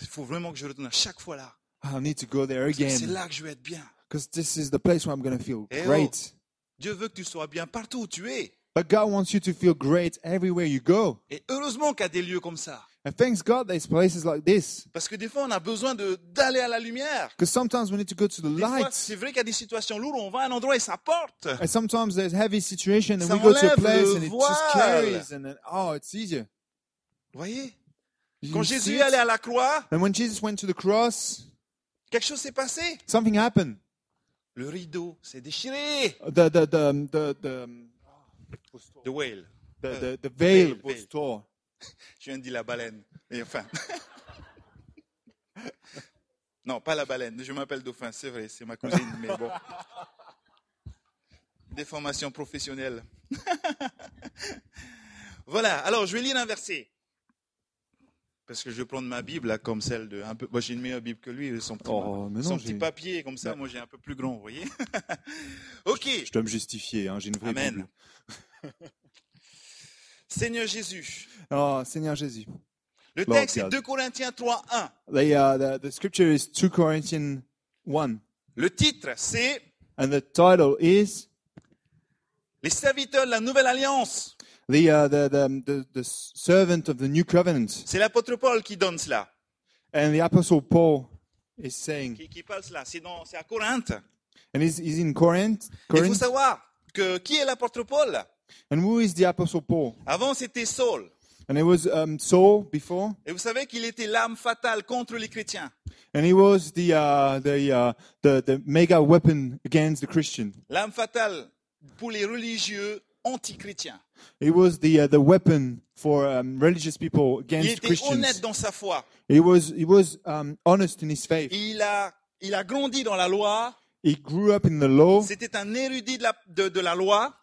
Il faut vraiment que je retourne à chaque fois là. I need to go there Parce que C'est again là que je vais être bien. because this is the place where I'm going to feel Eh oh. great. Dieu veut que tu sois bien partout où tu es. But God wants you to feel great everywhere you go. Et heureusement qu'il y a des lieux comme ça. And thanks God there's places like this Parce que des fois, on a besoin de- d'aller à la lumière. because sometimes we need to go to the Des fois, light. c'est vrai qu'il y a des situations lourdes, on va à un endroit et ça porte. And sometimes there's heavy situation and Ça we go to enlève a place le and it voile. just carries and then oh it's easier. Vous voyez You Quand see Jésus it? allait à la croix, And when Jesus went to the cross, qu'est-ce Quelque chose s'est passé. Something happened. Le rideau s'est déchiré. The the the um, the the, The whale. the, the, the veil, veil was veil. torn. Je viens de dire la baleine. Mais enfin. [laughs] non, pas la baleine. Je m'appelle Dauphin, c'est vrai, c'est ma cousine, mais bon. Déformation professionnelle. [laughs] voilà, alors je vais lire un verset. Parce que je vais prendre ma Bible, là, comme celle de. Un peu, moi, j'ai une meilleure Bible que lui, son petit, Oh, mais son non, petit j'ai- papier, comme ça, moi j'ai un peu plus grand, vous voyez. [laughs] ok, je dois me justifier, hein, j'ai une vraie Amen. Bible. [laughs] Seigneur Jésus. Oh, Seigneur Jésus. Le Lord texte est God. 2 Corinthiens 3, 1. The, uh, the, the scripture is 2 Corinthians 1, Le titre, c'est and the title is Les serviteurs de la Nouvelle Alliance. the, uh, the, the, the, the Servant of the New Covenant. C'est l'apôtre Paul qui donne cela, And the Apostle Paul is saying, qui, qui parle cela. C'est, dans- c'est à Corinthe. and he's, he's in Corinth, Il faut Corinth. savoir que qui est l'apôtre Paul And who is the Apostle Paul? Avant, c'était Saul. And it was um, Saul before, Et vous savez qu'il était l'âme fatale contre les chrétiens. and he was the, uh, the, uh, the, the mega weapon against the Christian. L'âme fatale pour les religieux anti-chrétiens. It was the, uh, the weapon for um, religious people Il against était Christians. honnête dans sa foi. He was, he was um, honest in his faith. Il a, il a grandi dans la loi. He grew up in the law. C'était un érudit de la, de- de la loi,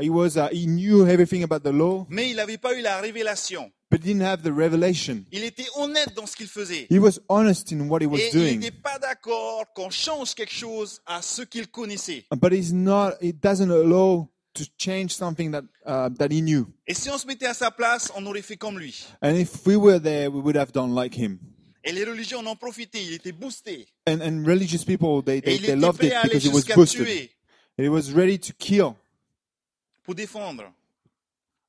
He was uh, he knew everything about the law, mais il n'avait pas eu la révélation. but he didn't have the revelation. Il était honnête dans ce qu'il faisait. He was honest in what Eh, he was Et il doing, n'était pas d'accord qu'on change quelque chose à ce qu'il connaissait. but he's not. It doesn't allow to change something that uh, that he knew. Et si on se mettait à sa place, on aurait fait comme lui. And if we were there, we would have done like him. Et les religieux en ont profité, il était boosté. And and religious people they Et they, il they était loved prêt it à aller because it was jusqu'à boosted. tuer He was ready to kill, pour défendre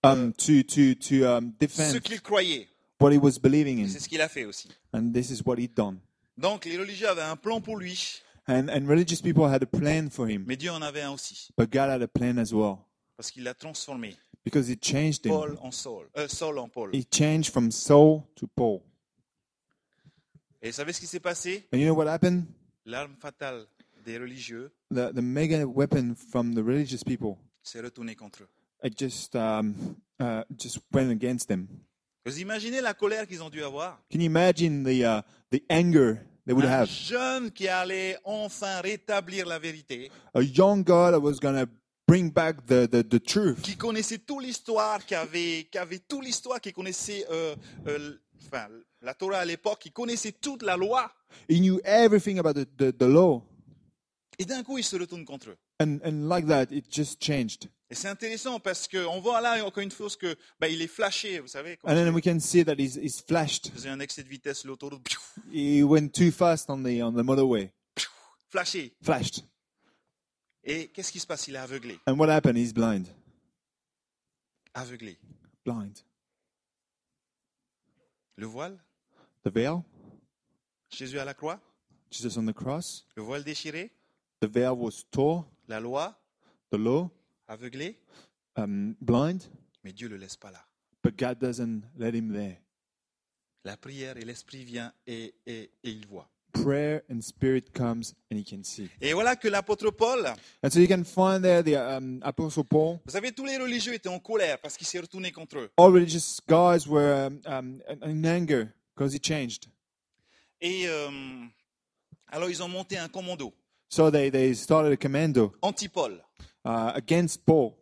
um, to to to um, ce defend qu'il croyait. what he was believing Et in, C'est ce qu'il a fait aussi. and this is what he'd done. Donc les religieux avaient un plan pour lui, And and religious people had a plan for him, mais Dieu en avait un aussi, but God had a plan as well parce qu'il l'a transformé. because he changed him. Paul en Saul, euh, Saul en Paul. He changed from Saul to Paul. Et vous savez ce qui s'est passé And you know what happened? L'arme fatale des religieux The, the mega weapon from the religious people, s'est retournée contre eux. it just, um, uh, just went against them. Vous imaginez la colère qu'ils ont dû avoir Can you imagine the, uh, the anger they would Un have? jeune qui allait enfin rétablir la vérité, A young God that was going to bring back the, the, the truth, qui connaissait toute l'histoire, qui avait, qui avait toute l'histoire, qui connaissait euh, euh, l- enfin, la Torah à l'époque, qui connaissait toute la loi, he knew everything about the, the, the law. et d'un coup, il se retourne contre eux. And, and like that, it just changed. Et c'est intéressant parce qu'on voit là encore une fois que ben, il est flashé, vous savez, quand And then we can see that he's, he's flashed. il faisait un excès de vitesse, l'autoroute, pfiou, He went too fast on the, on the motorway. flashé. Flashed. Et qu'est-ce qui se passe Il est aveuglé, And what happened? He's blind. aveuglé. Blind. Le voile, The veil, Jésus à la croix, Jesus on the cross, le voile déchiré, the veil was torn, la loi, the law, aveuglé, um, blind, mais Dieu le laisse pas là. but God doesn't let him there. La prière et l'esprit vient et, et, et il voit. Prayer and spirit comes and he can see. Et voilà que l'apôtre Paul, And so you can find there the um, Apostle Paul. Vous savez, tous les religieux étaient en colère parce qu'il s'est retourné contre eux. All religious guys were um, um, in- in anger because he changed. Et euh, alors, ils ont monté un commando So they, they started a commando anti-Paul uh, against Paul.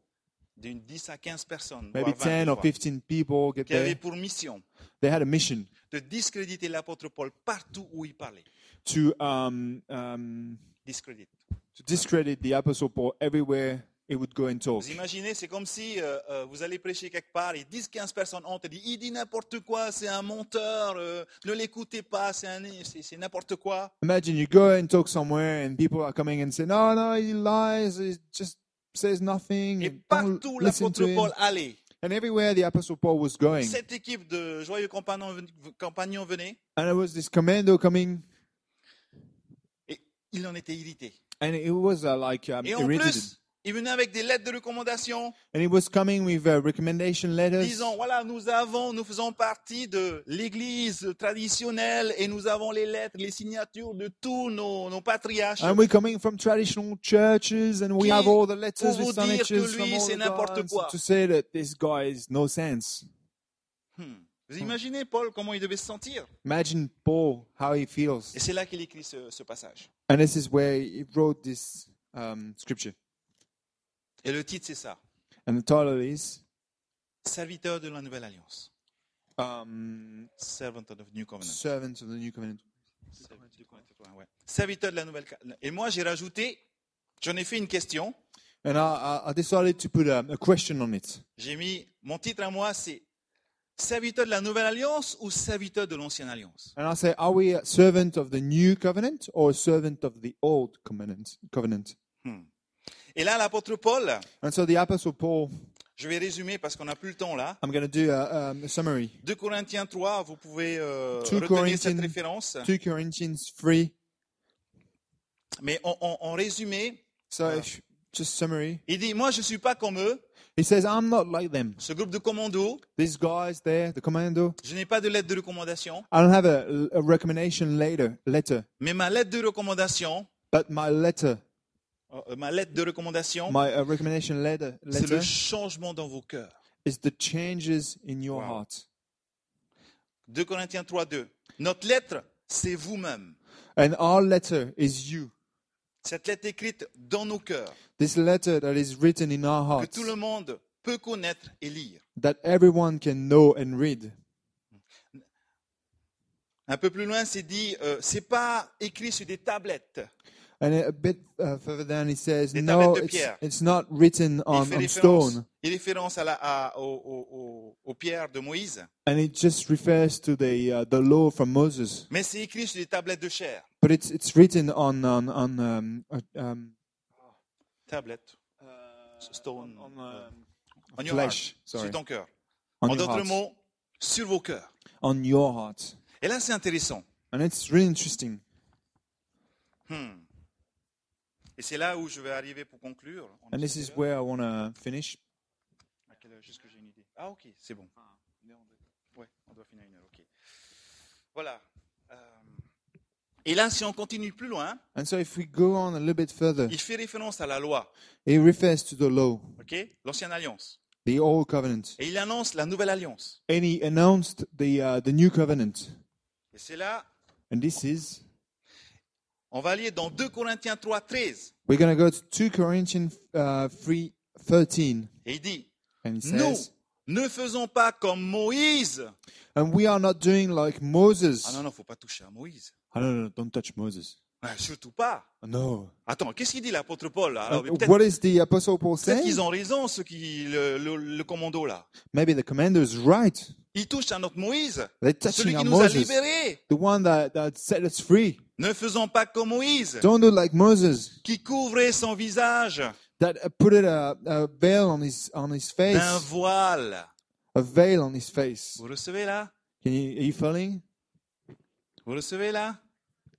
d'une 10 à 15 personnes, voire Maybe 20 10 or fois, 15 people get qui avait there. pour mission They had a mission de discréditer l'apôtre Paul partout où il parlait. to, um, um, Discrédite. to discredit the Apostle Paul everywhere he would go and talk. Vous imaginez, c'est comme si euh, euh, vous allez prêcher quelque part et 10-15 personnes ont dit il dit n'importe quoi, c'est un menteur, euh, ne l'écoutez pas, c'est un- c'est c'est n'importe quoi. Imagine you go and talk somewhere and people are coming and say, no, no, he lies, he just says nothing. Et don't partout où Hmm. listen l'apôtre to him." Paul allait, And everywhere the Apostle Paul was going, cette équipe de joyeux compagnons ven- compagnons venait and there was this commando coming, et il en était irrité. and it was uh, like um, Et en irritated. plus, Il venait avec des lettres de recommandation And he was coming with uh, recommendation letters disant voilà, nous avons, nous faisons partie de l'église traditionnelle et nous avons les lettres, les signatures de tous nos, nos patriarches. And we're coming from traditional churches, and we Qui have all the letters pour vous with dire que signatures lui, from all c'est the n'importe guys quoi. to say that this guy is no sense. Hmm. Vous imaginez Paul comment il devait se sentir Imagine Paul how he feels, Et c'est là qu'il écrit ce, ce passage. and this is where he wrote this um, scripture. Et le titre c'est ça And the title is serviteur de la nouvelle alliance, um, servant of the new covenant. "Servant of the New Covenant." Ouais. Serviteur de la nouvelle. Et moi j'ai rajouté, j'en ai fait une question. And I, I, I decided to put a, a question on it. J'ai mis mon titre à moi, c'est serviteur de la nouvelle alliance ou serviteur de l'ancienne alliance. And I say, are we a servant of the new covenant or a servant of the old covenant? Covenant. Et là, l'apôtre Paul, And so the Apostle Paul, je vais résumer parce qu'on n'a plus le temps là. I'm going to do a, um, a summary. 2 Corinthiens 3, vous pouvez euh, 2 retenir cette Corinthians. référence. 2 Corinthians 3. Mais en, en- en résumé, So if, just summary. il dit, moi je suis pas comme eux, He says, I'm not like them. ce groupe de commandos, These guys there, the commando, je n'ai pas de lettre de recommandation, I don't have a, a recommendation later, letter, mais ma lettre de recommandation, but my letter, euh, ma lettre de recommandation, my uh, recommendation letter, c'est le letter changement dans vos cœurs. is the changes in your Wow. heart. 2 Corinthiens 3, 2. Notre lettre, c'est vous-même. And our letter is you. Cette lettre écrite dans nos cœurs, This letter that is written in our que hearts. tout le monde peut connaître et lire. that everyone can know and read. Un peu plus loin, c'est dit, euh, c'est pas écrit sur des tablettes. And a bit uh, further down, he says, Des No, tablettes de it's, pierre." it's not written il on, fait on référence, stone. il référence à la, à- au- au- au- aux pierres de Moïse, And it just refers to the, uh, the law from Moses. mais c'est écrit sur des tablettes de chair. But it's, it's written on, on, on um, uh, um, Tablette. Uh, stone. on, um, On your heart. flesh. Sorry. Sur ton cœur. On en your d'autres heart. mots, sur vos cœurs. On your heart. Et là, c'est intéressant. And it's really interesting. Hmm. Et c'est là où je vais arriver pour conclure. On And est this sur is quelle heure where I want to finish. À quelle heure Juste que j'ai une idée. Ah, ok, c'est bon. Ouais, on doit finir à une heure, ok. Voilà. Euh, Et là, si on continue plus loin, And so if we go on a little bit further, il fait référence à la loi, it refers to the law, ok L'ancienne alliance. the old covenant. Et il annonce la nouvelle alliance. And he announced the, uh, the new covenant. Et c'est là, And this is on va lire dans 2 Corinthiens 3, 13. We're going to go to 2 Corinthians uh, 3 13. Et il dit And it Nous says, ne faisons pas comme Moïse. And we are not doing like Moses. Ah non, non, faut pas toucher à Moïse. Oh, no, no, no, don't touch Moses. Ah, surtout pas. No. Attends, qu'est-ce qu'il dit l'apôtre Paul là Alors, Uh, mais Peut-être what is the Apostle Paul peut-être saying? qu'ils ont raison, ceux qui, le, le- le commando là. Maybe the commander is right. Ils touchent à notre Moïse, They're celui qui touching on nous a Moses, libérés. the one that, that set us free. Ne faisons pas comme Moïse, Don't do like Moses, qui couvrait son visage that uh, put a, a veil on his, on his d'un face. voile. A veil on his face. Vous recevez là Can you, are you following? Vous recevez là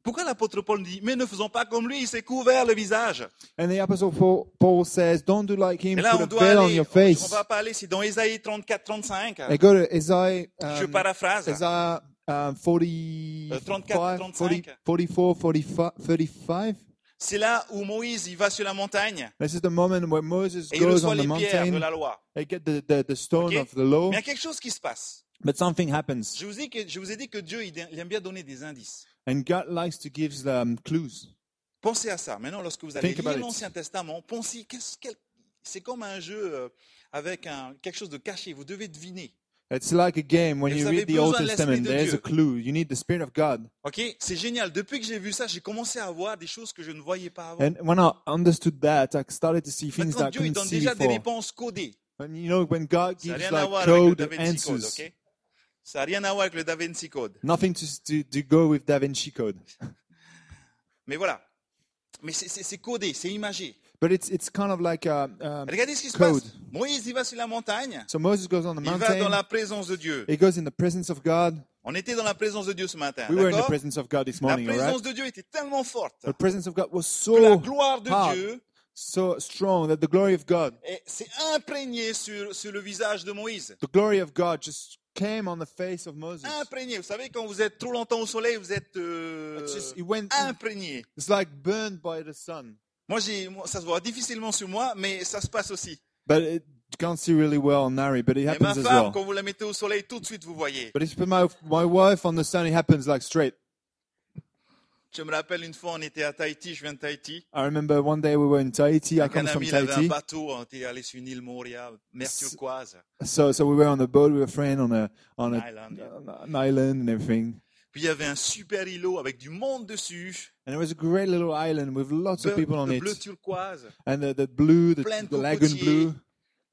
Pourquoi l'apôtre Paul dit Mais ne faisons pas comme lui, il s'est couvert le visage. And the Apostle Paul, Paul says, Don't do like him, Et là, put on a doit veil on aller. your On, on face. va pas aller, c'est dans Ésaïe 34, 35. I go to Isaiah. Je Um, paraphrase. Isaiah um, 40, Euh, 34, 35. 40, 44, 45, 35. C'est là où Moïse il va sur la montagne This is the moment where Moses et il goes reçoit on the les pierres de mountain. la loi. They get the, the, the Ok. stone of the law. Mais il y a quelque chose qui se passe. But something happens. Je vous, dis que, je vous ai dit que Dieu il il aime bien donner des indices. And God likes to give them clues. Pensez à ça. Maintenant, lorsque vous allez Think lire about it. l'Ancien Testament, pensez qu'est-ce qu'elle- C'est comme un jeu euh, avec un, quelque chose de caché. Vous devez deviner. It's like a game when Et you vous avez read the Old besoin de l'Esprit Testament. de There's Dieu. a clue. You need the Spirit of God. Ok C'est génial. Depuis que j'ai vu ça, j'ai commencé à voir des choses que je ne voyais pas avant. And when I understood that, I started to see things that Maintenant, I Dieu il couldn't donne see déjà des before. réponses codées. And you know, when God Ça n'a gives rien à like voir avec le code Da Vinci Code, answers, ok Ça n'a rien à voir avec le Da Vinci Code. nothing to, to, to go with Da Vinci Code. Mais voilà. Mais c'est- c'est c'est codé, c'est imagé. But it's, it's kind of like a, um, Regardez ce qui se Code. passe. Moïse, il va sur la montagne. So Moses goes on the Il va dans mountain. la présence de Dieu. He goes in the presence of God. On était dans la présence de Dieu ce matin. We were in the d'accord presence of God this La morning, all right? présence de Dieu était tellement forte The presence of God was que la so gloire de hard. Dieu so strong that the glory of God, Et c'est imprégné sur, sur le visage de Moïse. the glory of God just came on the face of Moses. Imprégné. Vous savez, quand vous êtes trop longtemps au soleil, vous êtes euh, It's just, it went, imprégné. it's like burned by the sun. Moi, j'ai, moi, ça se voit difficilement sur moi, mais ça se passe aussi. But it, you can't see really well on Nari, but it Et ma happens as femme, well. quand vous la mettez au soleil, tout de suite, vous voyez. But it's for my, my wife on the sun, it happens like straight. Je me rappelle une fois, on était à Tahiti, je viens de Tahiti. I remember one day we were in Tahiti. I Avec un come from ami, il avait un Tahiti. bateau, on était allé sur une île Moria, mer turquoise, So, so we were on a boat with a friend on a, on a, Island. an island and everything. Puis il y avait un super îlot avec du monde dessus, And it was a great little island with lots bleu, of people on de it. bleu turquoise, And the, the blue, the, Plein de the lagoon cocotiers, blue,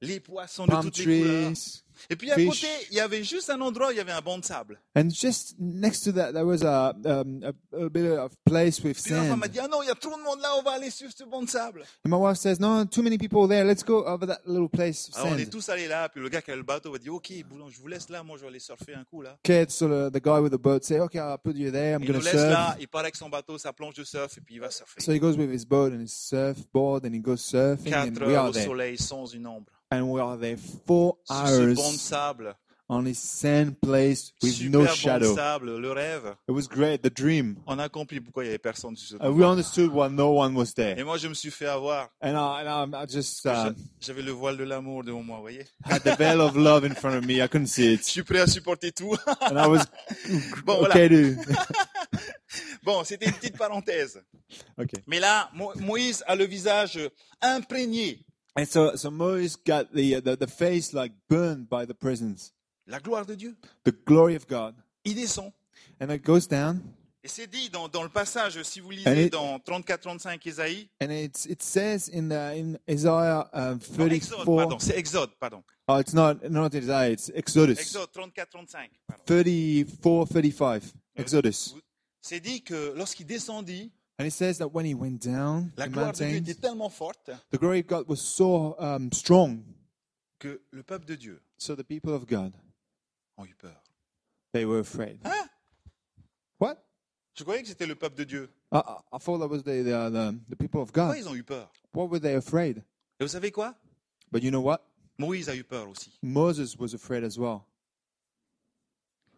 les poissons de palm toutes les couleurs. trees. Et puis à fish. côté, il y avait juste un endroit où il y avait un banc de sable. And just next to that, there was a, um, a, a bit of place with Puis ma femme sand. m'a dit, ah non, il y a trop de monde là, on va aller sur ce banc de sable. And my wife says, no, too many people there. Let's go over that little place of Alors Ah, on est sand. tous allés là, puis le gars qui avait le bateau m'a dit, ok, Boulan, je vous laisse là, moi je vais aller surfer un coup là. Okay, so the, the guy with the boat say, okay, I'll put you there. I'm Il going nous to laisse surf. là, il part avec son bateau, sa planche de surf, et puis il va surfer. So he goes with his boat and his surfboard and he goes surfing and Quatre we heures are au there. soleil, sans une ombre. And we are there four Sur ce banc de hours sable, on a sand place with super no banc de shadow. sable, le rêve. It was great, the dream. On a compris pourquoi il y avait personne sur ce Uh, banc. we understood why no one was Et there. moi je me suis fait avoir. And I, and I, I [laughs] just uh, Je- J'avais le voile de l'amour devant moi, vous voyez. had the veil of love in front of me. I couldn't see Je it. suis prêt à supporter tout. [laughs] And I was Bon, voilà. [laughs] okay, dude. Bon, c'était une petite parenthèse. okay. Mais là, Mo- Moïse a le visage imprégné. And so, so Moses got the, uh, the, the face like burned by the presence, La gloire de Dieu. the glory of God. Il descend. And it goes down. Et c'est dit dans, dans le passage, si vous Elle lisez est- dans 34-35 Ésaïe, And it's, it says in, the, in Isaiah um, non, Exode, 34. pardon, c'est Exode, pardon. Oh, it's not not Isaiah. It's Exodus Exode 34-35. pardon. 34, 35. Exodus, Vous- C'est dit que lorsqu'il descendit, and it says that when he went down la the gloire de Dieu mountain, était tellement forte the glory of God was so um, strong, que le peuple de Dieu so the people of God a eu peur. they were afraid. Hein What? Je croyais que c'était le peuple de Dieu. I, I- I thought that was the the, uh, the the people of God. Pourquoi ils ont eu peur What were they afraid? Et vous savez quoi But you know what? Moïse a eu peur aussi. Moses was afraid as well.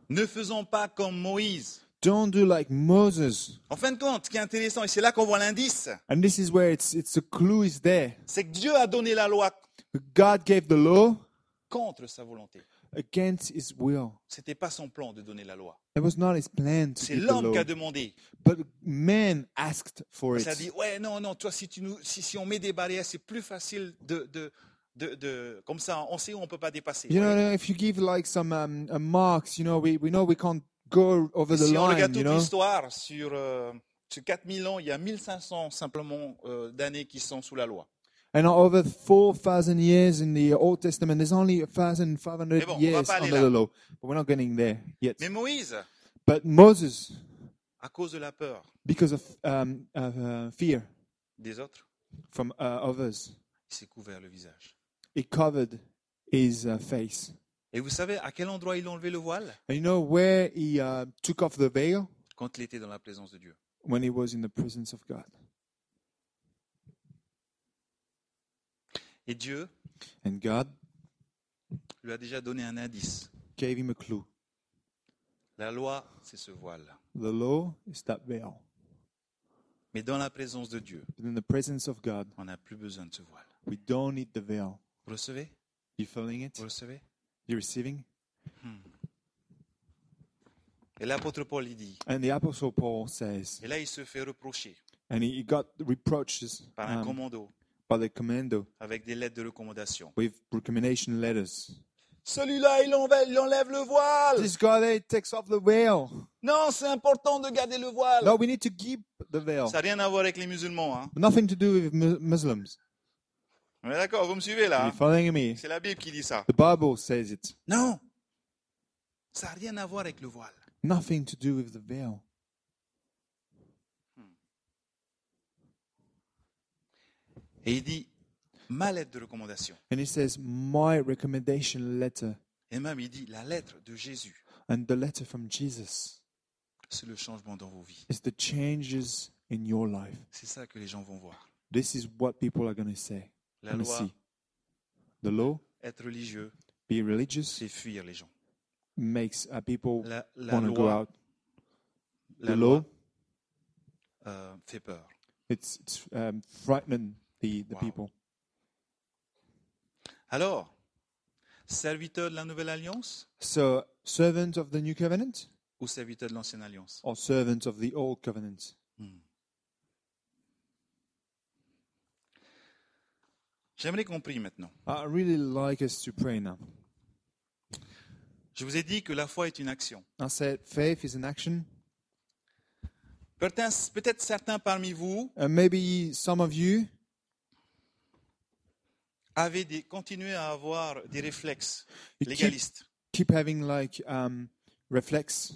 Ne faisons pas comme Moïse. Don't do like Moses. En fin de compte, ce qui est intéressant, et c'est là qu'on voit l'indice, And this is where it's it's a clue is there. c'est que Dieu a donné la loi God gave the law contre sa volonté. against His will. C'était pas son plan de donner la loi. It was not His plan to C'est give the l'homme qui law. a demandé. But man asked for it. Ça dit ouais non non toi si tu nous si, si on met des barrières c'est plus facile de de, de de comme ça on sait où on peut pas dépasser. You Ouais. know, if you give like some um, uh, marks, you know, we, we know we can't go over the si on line, regarde you toute know. l'histoire sur euh, sur 4000 ans il y a 1500 simplement euh, d'années qui sont sous la loi. And over 4,000 years in the Old Testament, there's only Mais 1,500 bon, on va years pas aller under là. the law. But we're not getting there yet. Mais Moïse But Moses, à cause de la peur because of um, of, uh, fear des autres from uh, others, il s'est couvert le visage. he covered his uh, face. Et vous savez à quel endroit il a enlevé le voile And you know where he uh, took off the veil? quand il était dans la présence de Dieu. When he was in the presence of God. Et Dieu And God lui a déjà donné un indice. gave him a clue. La loi c'est ce voile. The law is that veil. Mais dans la présence de Dieu But in the presence of God, on n'a plus besoin de ce voile. we don't need the veil. Vous recevez You feeling it? Vous recevez You receiving? Et l'apôtre Paul, il dit, And the Apostle Paul says, et là, il se fait reprocher and he, he got reproaches par un um, commando by the commando avec des lettres de recommandation. with recommendation letters. Celui-là, il enlève, il enlève le voile. This guy there takes off the veil. Non, c'est important de garder le voile. No, we need to keep the veil. Ça n'a rien à voir avec les musulmans. Hein. Nothing to do with mu- Muslims. On est d'accord, vous me suivez là Are you hein following me? C'est la Bible qui dit ça. The Bible says it. Non, ça n'a rien à voir avec le voile. Nothing to do with the veil. Et il dit, ma lettre de recommandation. And he says, my recommendation letter Et même, il dit, la lettre de Jésus, and the letter from Jesus c'est le changement dans vos vies. is the changes in your life. C'est ça que les gens vont voir. This is what people are going to say. La Let me loi, see. The law, être religieux, being religious, c'est fuir les gens. makes uh, people La, la want to go loi, out. la The loi law, euh, fait peur. it's, it's um, frightening the, the Wow. people. Alors, serviteur de la Nouvelle Alliance So, servant of the new covenant ou serviteur de l'Ancienne Alliance or servant of the old covenant? J'aimerais qu'on prie maintenant. I really like us to pray now. Je vous ai dit que la foi est une action. I said faith is an action. Peut-être peut-être certains parmi vous And Uh, maybe some of you avaient des, continué à avoir des réflexes you keep, légalistes. keep having like um, reflex.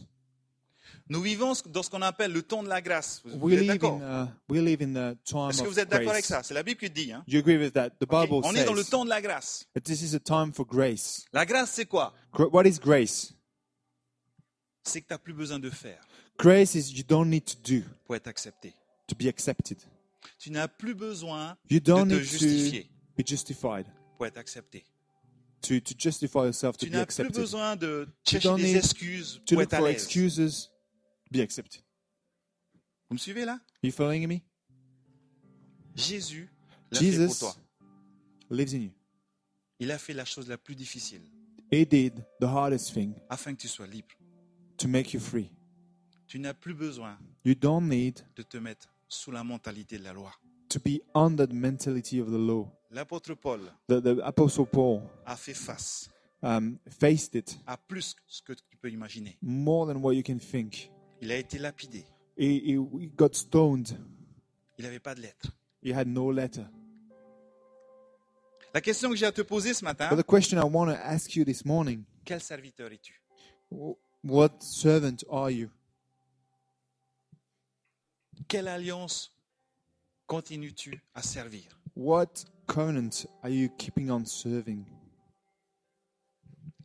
Nous vivons ce- dans ce qu'on appelle le temps de la grâce. Vous, vous We êtes live in d'accord uh, we live in the time Est-ce que of vous êtes d'accord avec grace. ça C'est la Bible qui le dit. hein. You agree with that? The Ok Bible On est says dans le temps de la grâce. that this is a time for grace. La grâce, c'est quoi Gra- What is grace? C'est que tu n'as plus besoin de faire Grace is you don't need to do pour être accepté. to be accepted. Tu n'as plus besoin You don't de te need to justifier be justified pour être accepté. to, to justify yourself to Tu be n'as plus accepted. besoin de chercher don't des need excuses To pour look être à for l'aise. excuses, be accepted. Vous me suivez là You following me? Jésus l'a fait pour Jesus toi. lives in you. Il a fait la chose la plus difficile He did the hardest thing afin que tu sois libre. to make you free. Tu n'as plus besoin You don't need de te mettre sous la mentalité de la loi. to be under the mentality of the law. L'apôtre Paul The, the Apostle Paul a fait face um, faced it à plus que ce que tu peux imaginer. more than what you can think. Il a été lapidé. He, he, he got stoned. Il n'avait pas de lettre. He had no letter. La question que j'ai à te poser ce But matin, the question I want to ask you this morning quel serviteur es-tu wh- what servant are you? Quelle alliance continues-tu à servir What covenant are you keeping on serving?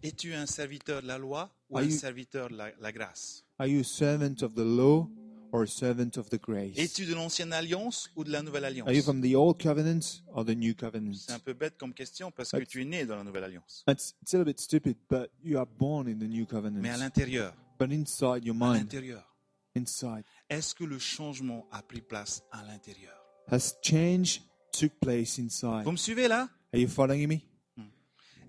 Es-tu un serviteur de la loi ou Are un you- serviteur de la, la grâce Are you a servant of the law or a servant of the grace? Es-tu de l'ancienne alliance ou de la nouvelle Are you alliance from the old covenant or the new covenant? C'est un peu bête comme question parce que That's- tu es né dans la nouvelle alliance. It's, it's a little bit stupid, but you are born in the new Mais à covenant. l'intérieur, But inside your à mind, l'intérieur, inside, est-ce que le changement a pris place à l'intérieur has change took place inside. Vous me suivez là Are you following me?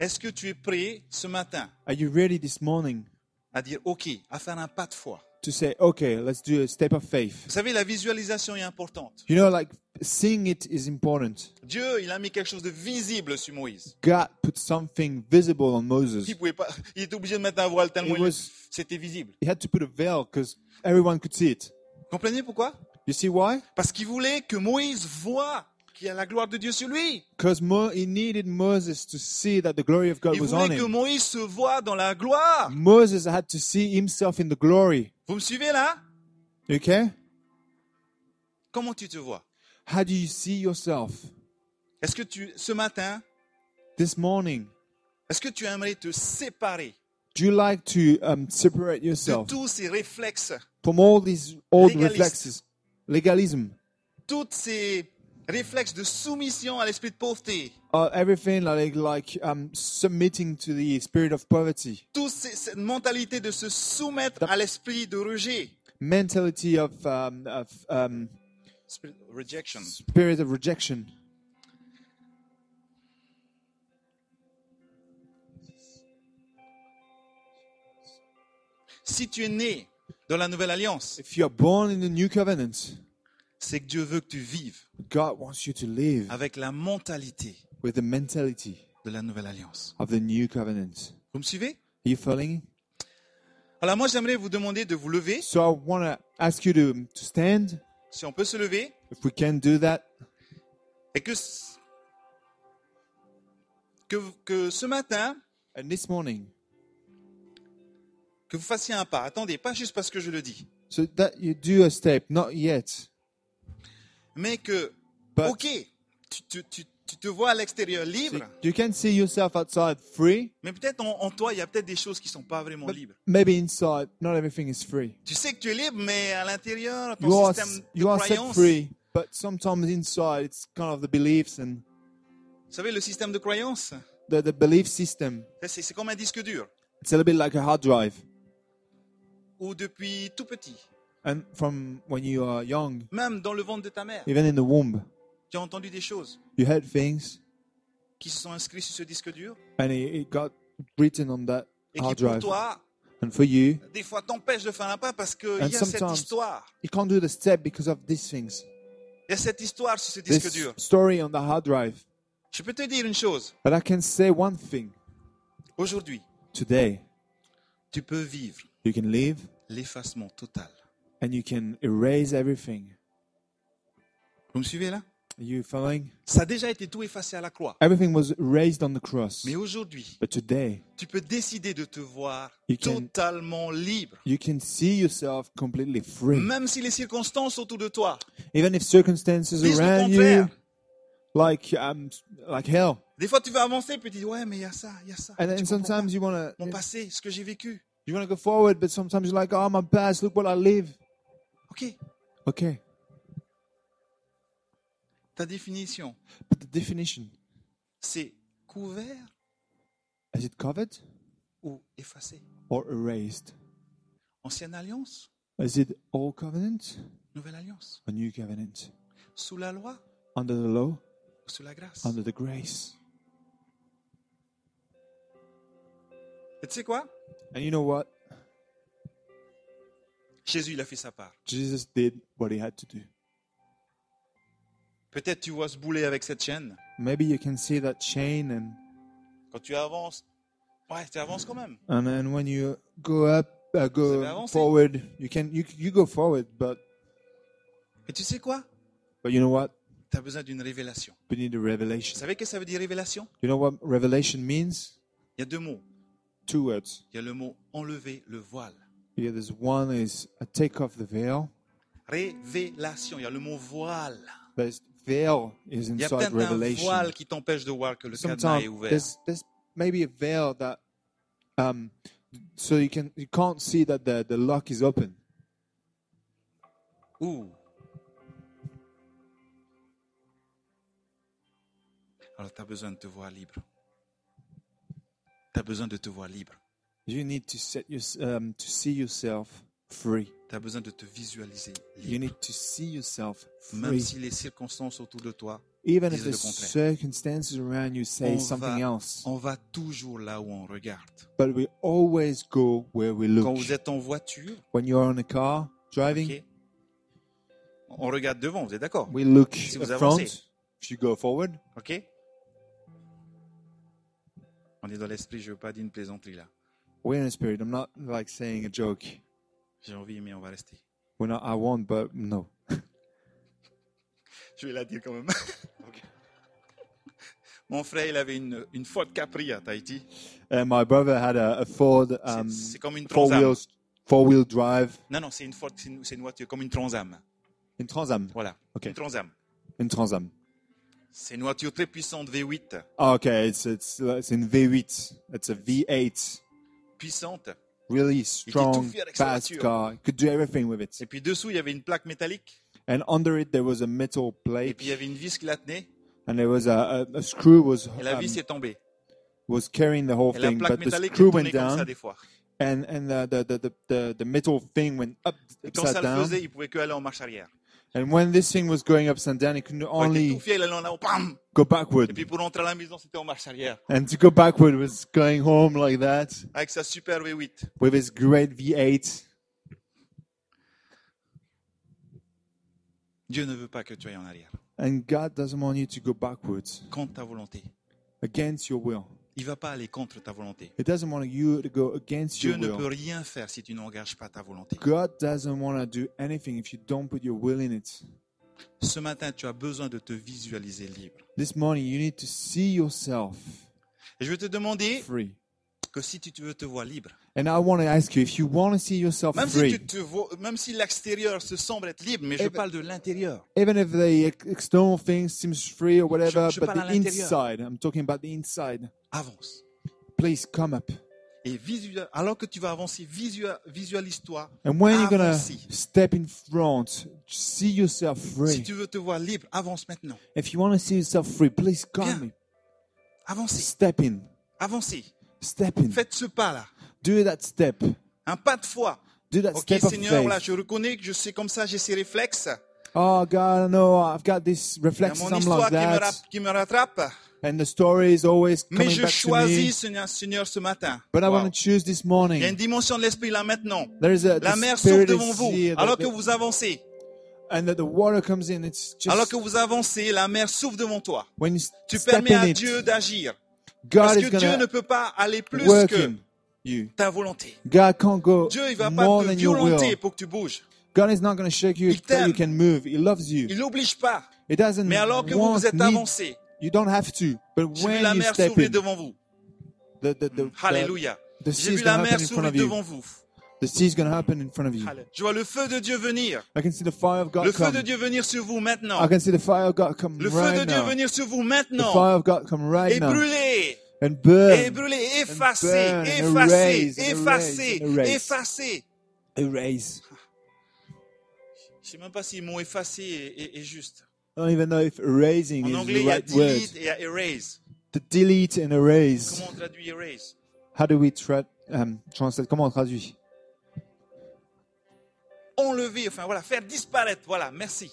Est-ce que tu es prêt ce matin Are you ready this morning à dire OK, à faire un pas de foi to say, okay, let's do a step of Vous faith? savez, la visualisation est importante. You know, like seeing it is important. Dieu, il a mis quelque chose de visible sur Moïse. God put something visible on Moses. Il pouvait pas, il était obligé de mettre un voile tellement It il- was- c'était visible. He had to put a veil because everyone could see it. Comprenez pourquoi You see why? Parce qu'il voulait que Moïse voie qu'il y a la gloire de Dieu sur lui. Because Mo- he needed Moses to see that the glory of God Il was on voulait que him. Moïse se voie dans la gloire. Moses had to see himself in the glory. Vous me suivez là Okay? Comment tu te vois How do you see yourself Est-ce que tu, ce matin, this morning? est-ce que tu aimerais te séparer Do you like to um, separate de yourself tous ces réflexes, from all these old Legalist. reflexes? Legalism, tous ces réflexes de soumission à l'esprit de pauvreté, uh, everything like, like um, submitting to the spirit of poverty, toute ces- cette mentalité de se soumettre That- à l'esprit de rejet, mentality of, um, of um, Spirit of rejection. spirit of rejection. Si tu es né dans la nouvelle alliance, If you are born in the new covenant, c'est que Dieu veut que tu vives God wants you to live avec la mentalité with the mentality de la nouvelle alliance. of the new covenant. Vous me suivez Are you following? Alors moi j'aimerais vous demander de vous lever, So I want to ask you to, um, to stand, si on peut se lever, if we can do that. et que c- que, que ce matin And this morning, que vous fassiez un pas. Attendez, pas juste parce que je le dis, so that you do a step, not yet, mais que but ok, tu, tu- tu- tu te vois à l'extérior so libre, you can see yourself outside free, mais peut-être en, en toi il y a peut-être des choses qui sont pas vraiment but libres. maybe inside, not everything is free. Tu sais que tu es libre, mais à l'intérieur You ton are, système de you are set croyance free, but sometimes inside it's kind of the beliefs and Vous savez, le système de croyance, the, the belief system. c'est c'est comme un disque dur. It's a little bit like a hard drive. Ou depuis tout petit, And from when you are young, même dans le ventre de ta mère, even in the womb, tu as entendu des choses you heard things qui se sont inscrites sur ce disque dur and it, it got written on that et qui hard pour drive. toi, And for you, des fois, t'empêchent de faire un pas parce qu'il And y a cette sometimes- histoire. you can't do the step because of these things. Il y a cette histoire sur ce disque This dur. story on the hard drive. Je peux te dire une chose. But I can say one thing Aujourd'hui, today tu peux vivre you can leave l'effacement total. and you can erase everything. Vous me suivez là Are you following? Ça a déjà été tout effacé à la croix. Everything was erased on the cross. Mais aujourd'hui, But today, tu peux décider de te voir You can- totalement libre. you can see yourself completely free. Même si les circonstances autour de toi Even if circumstances disent le around contraire. you, like um, like hell, Des fois, tu vas avancer, puis tu dis, ouais, mais il y a ça, il y a ça. and, Tu and comprends sometimes you wanna pas mon passé, ce que j'ai vécu. you wanna go forward, but sometimes you're like, oh my past, look what I live. OK, Okay, ta définition, but the definition c'est couvert is it covered ou effacé. or erased? Ancienne alliance, Is it all covenant nouvelle alliance. or new covenant? Sous la loi Under the law, ou sous la grâce. under the grace. Et tu sais quoi And you know what? Jésus, il a fait sa part. Jesus did what he had to do. Peut-être tu vois ce boulet avec cette chaîne. Maybe you can see that chain and Quand tu avances, ouais, tu avances quand même. And then when you go up, uh, Vous avez go avancé. forward, you can you you go forward, but Et tu sais quoi but you know what? Tu as besoin d'une révélation. We need a Vous revelation. savez ce que ça veut dire révélation You know what revelation means? Il y a deux mots. Two words. Il y a le mot enlever le voile. Yeah, there's one is a take off the veil. Révélation. Il y a le mot voile. There's veil is Il y a inside peut-être un voile revelation. qui t'empêche de voir que le cadenas est Sometimes ouvert. there's there's maybe a veil that um so you can you can't see that the the lock is open. Ouh. Alors, tu as besoin de te voir libre. Tu as besoin de te voir libre. You need to set your um to see yourself free. Tu as besoin de te visualiser You libre. need to see yourself Même free. si les circonstances autour de toi, Even Disent if le the contraire. circumstances around you say On something va- else, on va toujours là où on regarde. but we always go where we Quand look. vous êtes en voiture, When you're on a car driving, ok, on regarde devant, vous êtes d'accord we look Si vous up avancez. front. If you go forward, Ok On est dans l'esprit, je veux pas dire une plaisanterie là. we're in a spirit. I'm not like saying a joke. J'ai envie, mais on va rester. We're not. I won't, but no. Je vais la dire quand même. [laughs] Ok. Mon frère, il avait une, une Ford Capri à Tahiti. Uh, my brother had a, a Ford C'est um, c'est comme une four Transam. wheels, four wheel drive Non, non, c'est une Ford, c'est une, c'est une voiture comme une Transam. in Transam. Voilà, Ok. une Transam. In Transam. C'est une voiture très puissante V8, Oh, okay, it's it's it's in V8. It's a V8. puissante. Really était tout strong, fier avec sa fast voiture. car. Could do everything with it. Et puis dessous, il y avait une plaque métallique. and under it there was a metal Et plate puis il y avait une vis qui la tenait. and there was a, a, a screw was Et la um, vis est tombée. was carrying the whole Et la thing plaque but the métallique est screw tournée went comme ça down des fois. and and uh, the, the, the, the the metal thing went up Et quand ça upside le down faisait, il pouvait que aller en marche arrière. and when this thing was going upside down it could On était tout only fier, il allait en avant, pam go Et backward puis pour rentrer à la maison, c'était en marche arrière. and to go backward was going home like that Avec sa super V8. with his great V8 Dieu ne veut pas que tu ailles en arrière. and God doesn't want you to go backwards Contre ta volonté. against your will Il va pas aller contre ta volonté. he doesn't want you to go against Dieu hein. your ne peut will rien faire si tu n'engages pas ta volonté. God doesn't want to do anything if you don't put your will in it Ce matin, tu as besoin de te visualiser libre. This morning, you need to see yourself Et je vais te demander free. que si tu veux te voir libre, And I want to ask you if you want to see yourself même si, free, tu te vois, même si l'extérieur se semble être libre, mais je Eh ben- parle de l'intérieur. even if the ex- external thing seems free or whatever, je but parle à the l'intérieur. inside, I'm talking about the inside. Avance. Please come up. Et visuel, alors que tu vas avancer, visuel- visualise-toi. And when Ah, you're gonna Avancer. step in front, see yourself Si free. tu veux te voir libre, avance maintenant. If you want to see yourself free, please Viens. come. me. Avancez, Step in. avancez. Step in. Faites ce pas-là. Do that step. Un pas de foi. Do that Ok, step of Seigneur, voilà, faith. je reconnais que je sais comme ça, j'ai ces réflexes. Oh God, I know I've got this Il y a reflex. mon I'm histoire like qui me, that, rap- qui me rattrape. and the story is always Mais coming je back to me. choisis, Seigneur, Seigneur, ce matin. But I Wow. want to choose Il y this a une morning. dimension de l'esprit là maintenant. There is a La the mer s'ouvre spirit devant is vous. here, the- Alors que the- vous avancez, and that the water comes in. It's alors just que vous avancez, la mer s'ouvre devant toi. when you Tu step permets in à it, Dieu d'agir. Parce God is que Dieu ne gonna peut pas aller plus work que in you. ta volonté. God can't go Dieu, il va pas more te than your will. violenter pour que tu bouges. God is not going to shake you Il until you t'aime. can move. He loves you. Il n'oblige pas. It doesn't Mais alors que vous want, vous êtes need- avancé, you don't have to. But j'ai vu when la you mer step s'ouvrir in, devant vous. the, the, the, the, Alléluia. the sea J'ai is vu la going to mer happen in front s'ouvrir of you. devant vous. The sea is going to happen in front of you. Alléluia. Je vois le feu de Dieu venir. I can see the fire Le of God feu de come. Dieu venir sur vous maintenant. I can see the fire of God come Le feu de right Dieu now. venir sur vous The maintenant. fire of God come right Et now. brûler. And Et burn. brûler. Effacer. burn, Effacer. erase, Effacer. erase, erase. Effacer. Erase. Je sais même pas si le mot effacer est, est- est juste. I don't even know if erasing En is anglais, the il y a right word. delete et il y a erase. To delete and erase. Comment on traduit erase How do we tra um, translate? Comment on traduit? Enlever, enfin voilà, faire disparaître. Voilà, merci.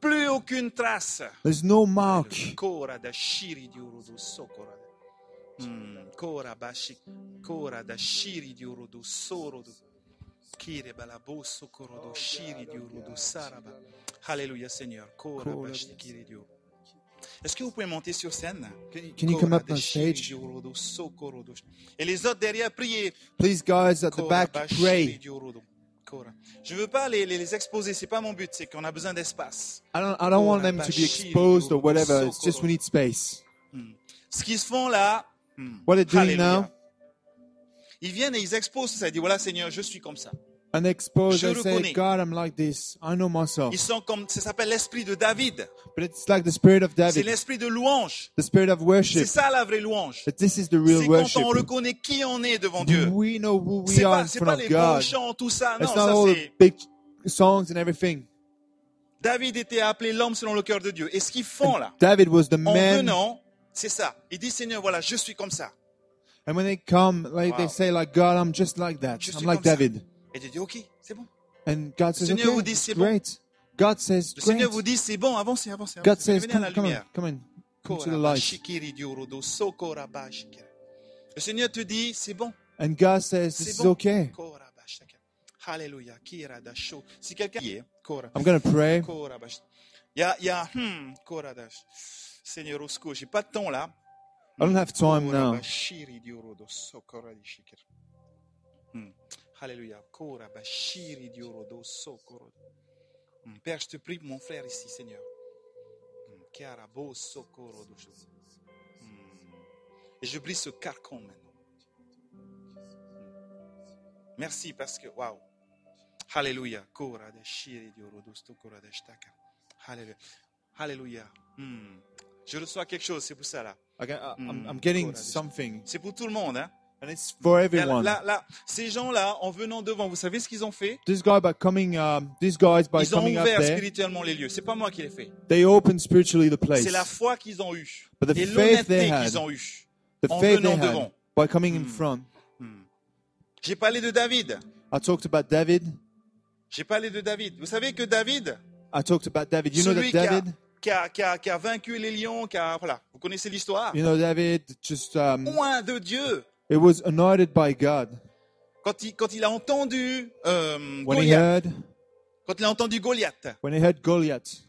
Plus aucune trace. There's no mark. Kora da shiri di urudu sokora. Hmm, Kora bashi. Kora da shiri di urudu sorodu. Kire balabo sokorodo shiri di urudu saraba. Alléluia Seigneur. Kora bashi kiri di urudu. Est-ce que vous pouvez monter sur scène Can you, can you come up on stage? Et les autres derrière, priez. Please, guys at the back, pray. Je veux pas les, les, les exposer, c'est pas mon but, c'est qu'on a besoin d'espace. I don't, I don't want them to be exposed or whatever. It's just we need space. Ce qu'ils se font là, hmm, What they're doing Alléluia. now, ils viennent et ils exposent ça. Ils disent, voilà Seigneur, je suis comme ça. and expose. Je I say, reconnais. God, I'm like this. I know myself. Ils sont comme, ça s'appelle l'esprit de David. But it's like the spirit of C'est David, l'esprit de louange. the spirit of C'est worship. ça la vraie louange. That this is the C'est real quand worship. on reconnaît qui on est devant Dieu. We know who C'est we are pas, in c'est pas front les of bons God. chants, tout ça. Non, It's not ça all the c'est. big songs and everything. David était appelé l'homme selon le cœur de Dieu. Et ce qu'ils font là, David was the en man. venant, c'est ça. Il dit Seigneur, voilà, je suis comme ça. And when they come, like Wow. they say, like God, I'm just like that. Je suis I'm like comme ça. David. Et Dieu dit Ok, c'est bon. And God says, Seigneur okay, vous dit, it's c'est bon. great. God says, Le Seigneur great. vous dit C'est bon, avancez, avancez. God avancez. says, Venez à come, la come on, lumière. come on, come to the light. Korabashikiri diorodo, sokorabashikiri. Le Seigneur te dit C'est bon. And God says, this C'est is bon. okay. Korabashakiri. Alléluia. Kiradasho. Si quelqu'un y est, Korab- I'm going to pray. Korabash. Il y a, il y a, hmm, Koradash. Seigneur, au secours, j'ai pas de temps là. I don't have time now. Korabashiri diorodo, sokoradishikir. Hmm. Alléluia. Korabashiri diorodo, sokorodo. Hmm. Père, je te prie pour mon frère ici, Seigneur. Hmm. Karabo, sokorodo. Hmm. Et je brise ce carcan maintenant. Hmm. Merci parce que, waouh. Alléluia. Korabashiri diorodo, sokoradishtaka. Alléluia. Alléluia. Hmm. Je reçois quelque chose, c'est pour ça là. I got- I- I'm, Mm. I'm getting Koradish. something. C'est pour tout le monde, hein. And it's for Là, everyone. là, là, ces gens-là, en venant devant, vous savez ce qu'ils ont fait This guy by coming, um, these guys by Ils ont coming up ouvert there, spirituellement les lieux. C'est pas moi qui l'ai fait. they open spiritually the place. C'est la foi qu'ils ont eue But the et faith l'honnêteté they had. qu'ils ont eue. The en faith they venant had devant. by coming in Mm. front. J'ai parlé de David. I talked about David. J'ai parlé de David. Vous savez que David, I talked about David. You know celui qui that a- David, qui, a, qui a- qui a vaincu les lions, qui a, voilà, vous connaissez l'histoire. you know David, just um, Loin de Dieu. it was anointed by God Quand il, quand il a entendu euh, when he Goliath, heard quand il a entendu Goliath, when he heard Goliath,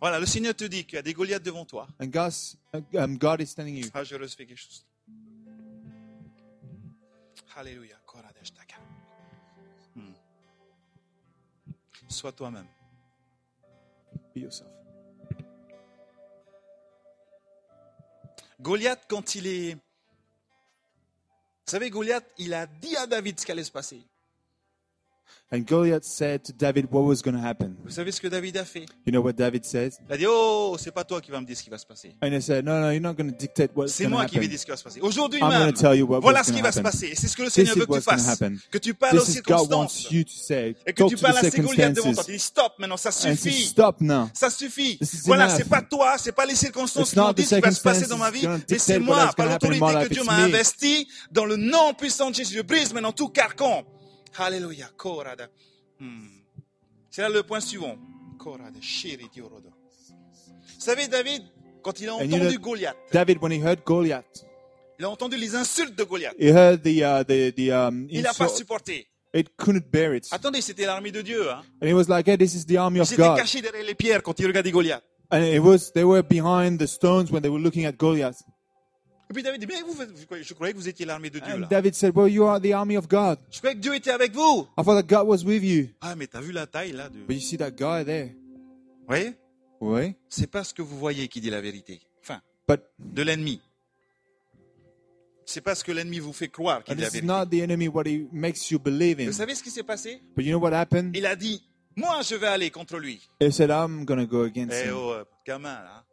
voilà, le Seigneur te dit qu'il y a des Goliaths devant toi. and God, um, God is telling you, Ah, je reçois quelque chose. Alléluia. Koradesh taka. Hmm. Sois toi-même. be yourself. Goliath, quand il est. Vous savez, Goliath, il a dit à David ce qu'allait se passer. And Goliath said to David what was going to happen. Vous savez ce que David a fait You know what David says? Il a dit Oh, c'est pas toi qui vas me dire ce qui va se passer. And he said, No, no, you're not going to dictate what's C'est going to moi qui vais happen. dire ce qui va se passer. Aujourd'hui I'm même, gonna tell you what- voilà what's ce qui gonna va se happen. passer. Et c'est ce que le This Seigneur is veut que tu what's gonna fasses. happen. Que tu parles aux This is God circonstances. wants you to say. Et que Go tu to the parles à ces Goliath devant toi. Tu circumstances dis Stop maintenant, ça and say, suffit. Stop now. Ça suffit. This is Voilà, enough. c'est pas toi, c'est pas les circonstances It's qui m'ont not dit the ce qui va se passer dans ma circumstances vie, that's gonna mais c'est dictate what moi, else par gonna happen in my l'autorité life. que Dieu It's m'a me. investi, dans le nom puissant de Jésus, je brise maintenant tout carcan. Alléluia. Korada. Hmm. C'est là le point suivant. Korada, shiri di orodo. Vous savez, David, quand il a And you entendu know- Goliath, David, when he heard Goliath, il a entendu les insultes de Goliath. he heard the, uh, the, the um, Il n'a pas insult. supporté. It couldn't bear it. Attendez, c'était l'armée de Dieu. Hein. And he was like, Hey, this is the army Il of s'était God. caché derrière les pierres quand il regardait Goliath. And it was, they were behind the stones when they were looking at Goliath. Et puis David dit, mais vous, faites- vous croyez- je croyais que vous étiez l'armée de Dieu. And Là. David said, Well, you are the army of God. Je croyais que Dieu était avec vous. I thought that God was with you. Ah, mais t'as vu la taille là de... But you see that guy there. Vous voyez Oui. C'est pas ce que vous voyez qui dit la vérité. Enfin, But de l'ennemi. C'est pas ce que l'ennemi vous fait croire qu'il and dit la this is vérité. not the enemy what he makes you believe in. Vous savez ce qui s'est passé But you know what happened? Il a dit Moi, je vais aller contre lui. He said, I'm going to go against Eh him. oh, euh, gamin, là.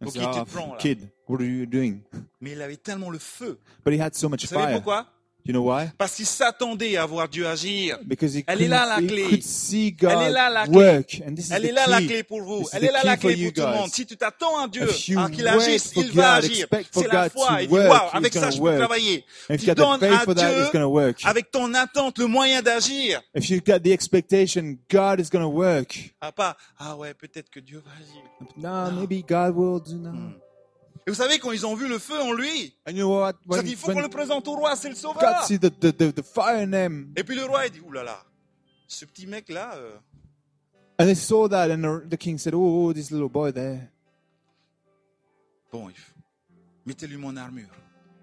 I Faut said, qu'il te "Ah, prend, là. kid, what are you doing? Mais il avait tellement le feu. But he had so much Vous savez fire. pourquoi You know why? Parce qu'il s'attendait à voir Dieu agir. Because he, Elle est couldn't- là, la he clé. could see Elle est là, la God clé. work. And this is Elle the est là la key. clé pour vous. This is Elle the est là key la for clé you pour tout le guys. monde. Si tu t'attends à Dieu If you à qu'il wait agisse, for il va God, agir. expect for C'est la God to foi. Il dit, waouh, work, it's avec ça, gonna je peux work. travailler. If Tu you got the donnes faith à for that, it's Dieu, going to work. avec ton attente, le moyen d'agir. If you got the expectation, God is going to work. Ah, pas, ah ouais, peut-être que Dieu va agir. No, maybe God will do now. Hmm. Et vous savez, quand ils ont vu le feu en lui, And you know what? ça When, dit, il faut when qu'on le présente au roi, c'est le God sauveur. see the, the, the, the fire in them, Et puis le roi, il dit, oulala, ce petit mec là, euh, and they saw that, and the, the king said, oh, oh, this little boy there. bon, il faut- mettez-lui mon armure.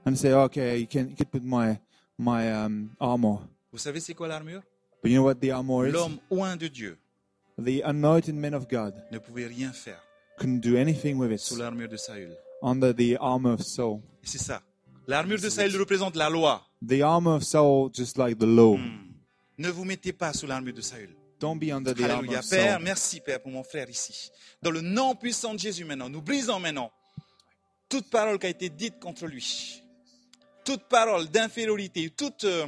And say, okay, you can, you can put my, my um, armor. Vous savez c'est quoi l'armure But you know what the armor is? L'homme oint de Dieu The anointed men of God ne pouvait rien faire couldn't do anything with it sous l'armure de Saül. under the armor of Saul. Et C'est ça. L'armure de Saül représente la loi. The armor of Saul, just like the law. Hmm. Ne vous mettez pas sous l'armure de Saül. Don't be under the armor Alléluia. of Saul. Père, merci Père pour mon frère ici. Dans le nom puissant de Jésus maintenant, nous brisons maintenant toute parole qui a été dite contre lui. Toute parole d'infériorité, toute... euh,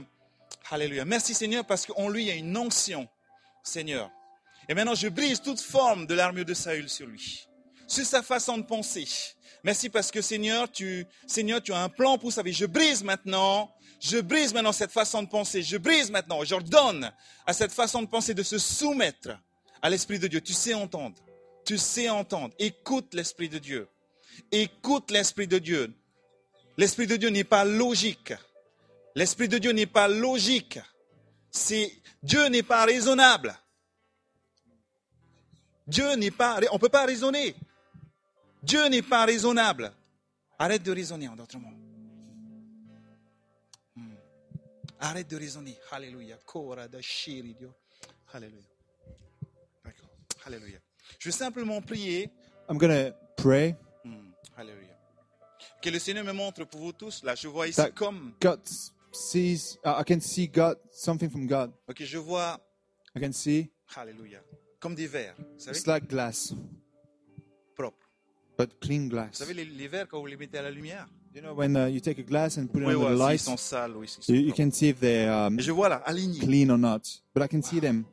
Alléluia. Merci Seigneur parce qu'en lui il y a une onction, Seigneur. Et maintenant je brise toute forme de l'armure de Saül sur lui, sur sa façon de penser. Merci parce que Seigneur, tu, Seigneur, tu as un plan pour sa vie. Je brise maintenant, je brise maintenant cette façon de penser. Je brise maintenant, j'ordonne à cette façon de penser de se soumettre à l'Esprit de Dieu. Tu sais entendre. Tu sais entendre. Écoute l'Esprit de Dieu. Écoute l'Esprit de Dieu. L'Esprit de Dieu n'est pas logique. L'Esprit de Dieu n'est pas logique. C'est, Dieu n'est pas raisonnable. Dieu n'est pas, on ne peut pas raisonner. Dieu n'est pas raisonnable. Arrête de raisonner en d'autres mots. Hmm. Arrête de raisonner. Alléluia. Korada shiri Dieu. Alléluia. D'accord. Alléluia. Je vais simplement prier. I'm going to pray Hmm. Alléluia. Que le Seigneur me montre pour vous tous. Là, je vois ici Tac. comme. God sees. Uh, I can see God something from God. Ok, je vois. I can see. Alléluia. Comme des verres. Vous savez, It's like glass, propres. but clean Vous glass. savez, les, les verres, quand vous les mettez à la lumière, You know when uh, you take a glass and put it vous pouvez under the voir s'ils lights, sont sales ou s'ils sont you, you propres. can see if they're um, Et je vois là, alignés. clean or not. But I can see them,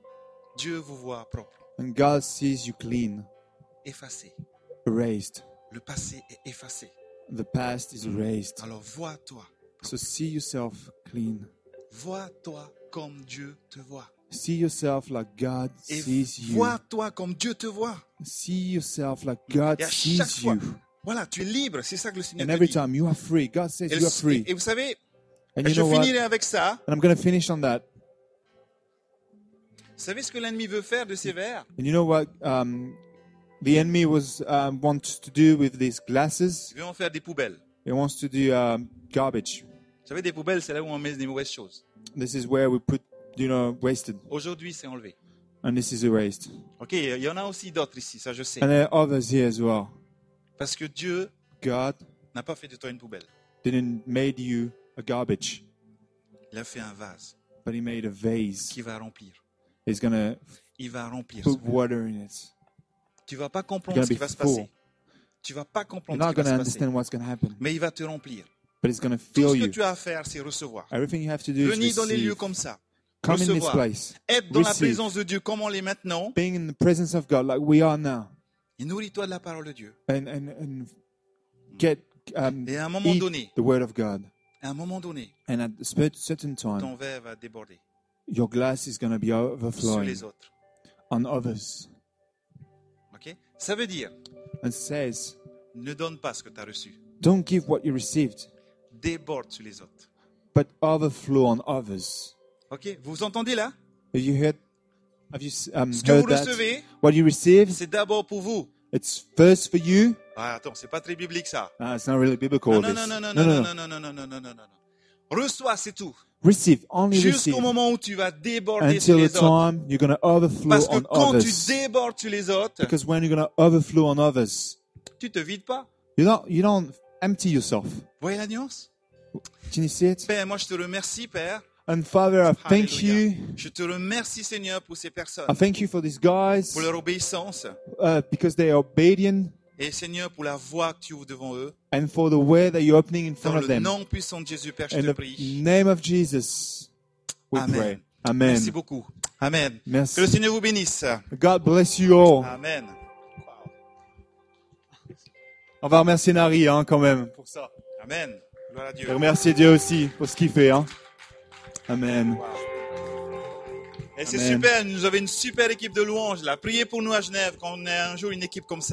Dieu vous voit propre, and God sees you clean, effacé. erased. Le passé est effacé. The past is erased. Alors vois-toi. So see yourself clean. Vois-toi comme Dieu te voit. See yourself like God Et sees you. vois-toi comme Dieu te voit. See yourself like God Et à chaque sees fois, you. voilà, tu es libre. C'est ça que le Seigneur And te every dit. time you are free, God says Et, you are le- et free. vous savez, And you je know what? finirai And avec ça. I'm going to finish on that. Vous savez ce que l'ennemi veut faire de ces verres And you know what um, the enemy was um, wants to do with these glasses? Il veut en faire des poubelles. It wants to do um, garbage. Vous savez, des poubelles, c'est là où on met des mauvaises choses. This is where we put, you know, wasted, Aujourd'hui, c'est enlevé. and this is erased. Ok, il y en a aussi d'autres ici, ça je sais. And there are others here as well. Parce que Dieu God n'a pas fait de toi une poubelle. didn't made you a garbage, Il a fait un vase but He made a vase qui va remplir. He's going to il va remplir. put water in it. Tu vas pas You're comprendre going ce to qui be va se full. passer. Tu vas pas You're comprendre ce not qui va going to se passer. understand what's going to happen, Mais il va te remplir. but it's going to Tout fill ce que you. tu as à faire, c'est recevoir. Everything you have to do is Venir dans les lieux receive. comme ça. Come in this recevoir. place. Être dans la Receive. présence de Dieu comme on l'est maintenant. Being in the presence of God like we are now. Et nourris-toi de la parole de Dieu. And, and, and get um, Et à un moment eat donné, the word of God. à un moment donné, And at a cer- certain ton time, verre va déborder your glass is going to be sur overflowing les autres. on others. Ok Ça veut dire, And says, ne donne pas ce que tu as reçu. don't give what you received, Déborde sur les autres. but overflow on others. Ok Vous entendez là Have you heard? Have you s- um, Ce que vous heard that? recevez, What you receive, c'est d'abord pour vous. it's first for you. Ah, attends, c'est pas très biblique ça. Ah, it's not really biblical. Non, non, this. non, non, non, no, non, non, non, non, non, non, non, non, non. Reçois, c'est tout. Receive, only receive. Jusqu'au moment où tu vas déborder sur Until the les autres. time you're going to overflow Parce que on quand tu others. débordes sur les autres, Because when you're going to overflow on others, tu te vides pas. you don't, you don't empty yourself. Vous voyez la nuance Can you see it? Père, moi je te remercie, Père. And Father, I thank Hallelujah. you. Je te remercie, Seigneur, pour ces personnes, I thank you for these guys pour leur obéissance. uh, because they are obedient Et Seigneur, pour la voie que tu ouvres devant eux. and for the way that you're opening in Dans front of le them. nom puissant de Jésus, Père, je In te the prie. name of Jesus, we Amen. pray. Amen. Merci beaucoup. Amen. Que le Merci. Oh. Seigneur vous bénisse. God bless you all. Amen. On va remercier Nari hein, quand même pour ça. Amen. Gloire à Et Dieu. remercier Dieu aussi pour ce qu'il fait. Hein. Amen. Et c'est Amen. super. Nous avons une super équipe de louanges là. Priez pour nous à Genève quand on a un jour une équipe comme ça.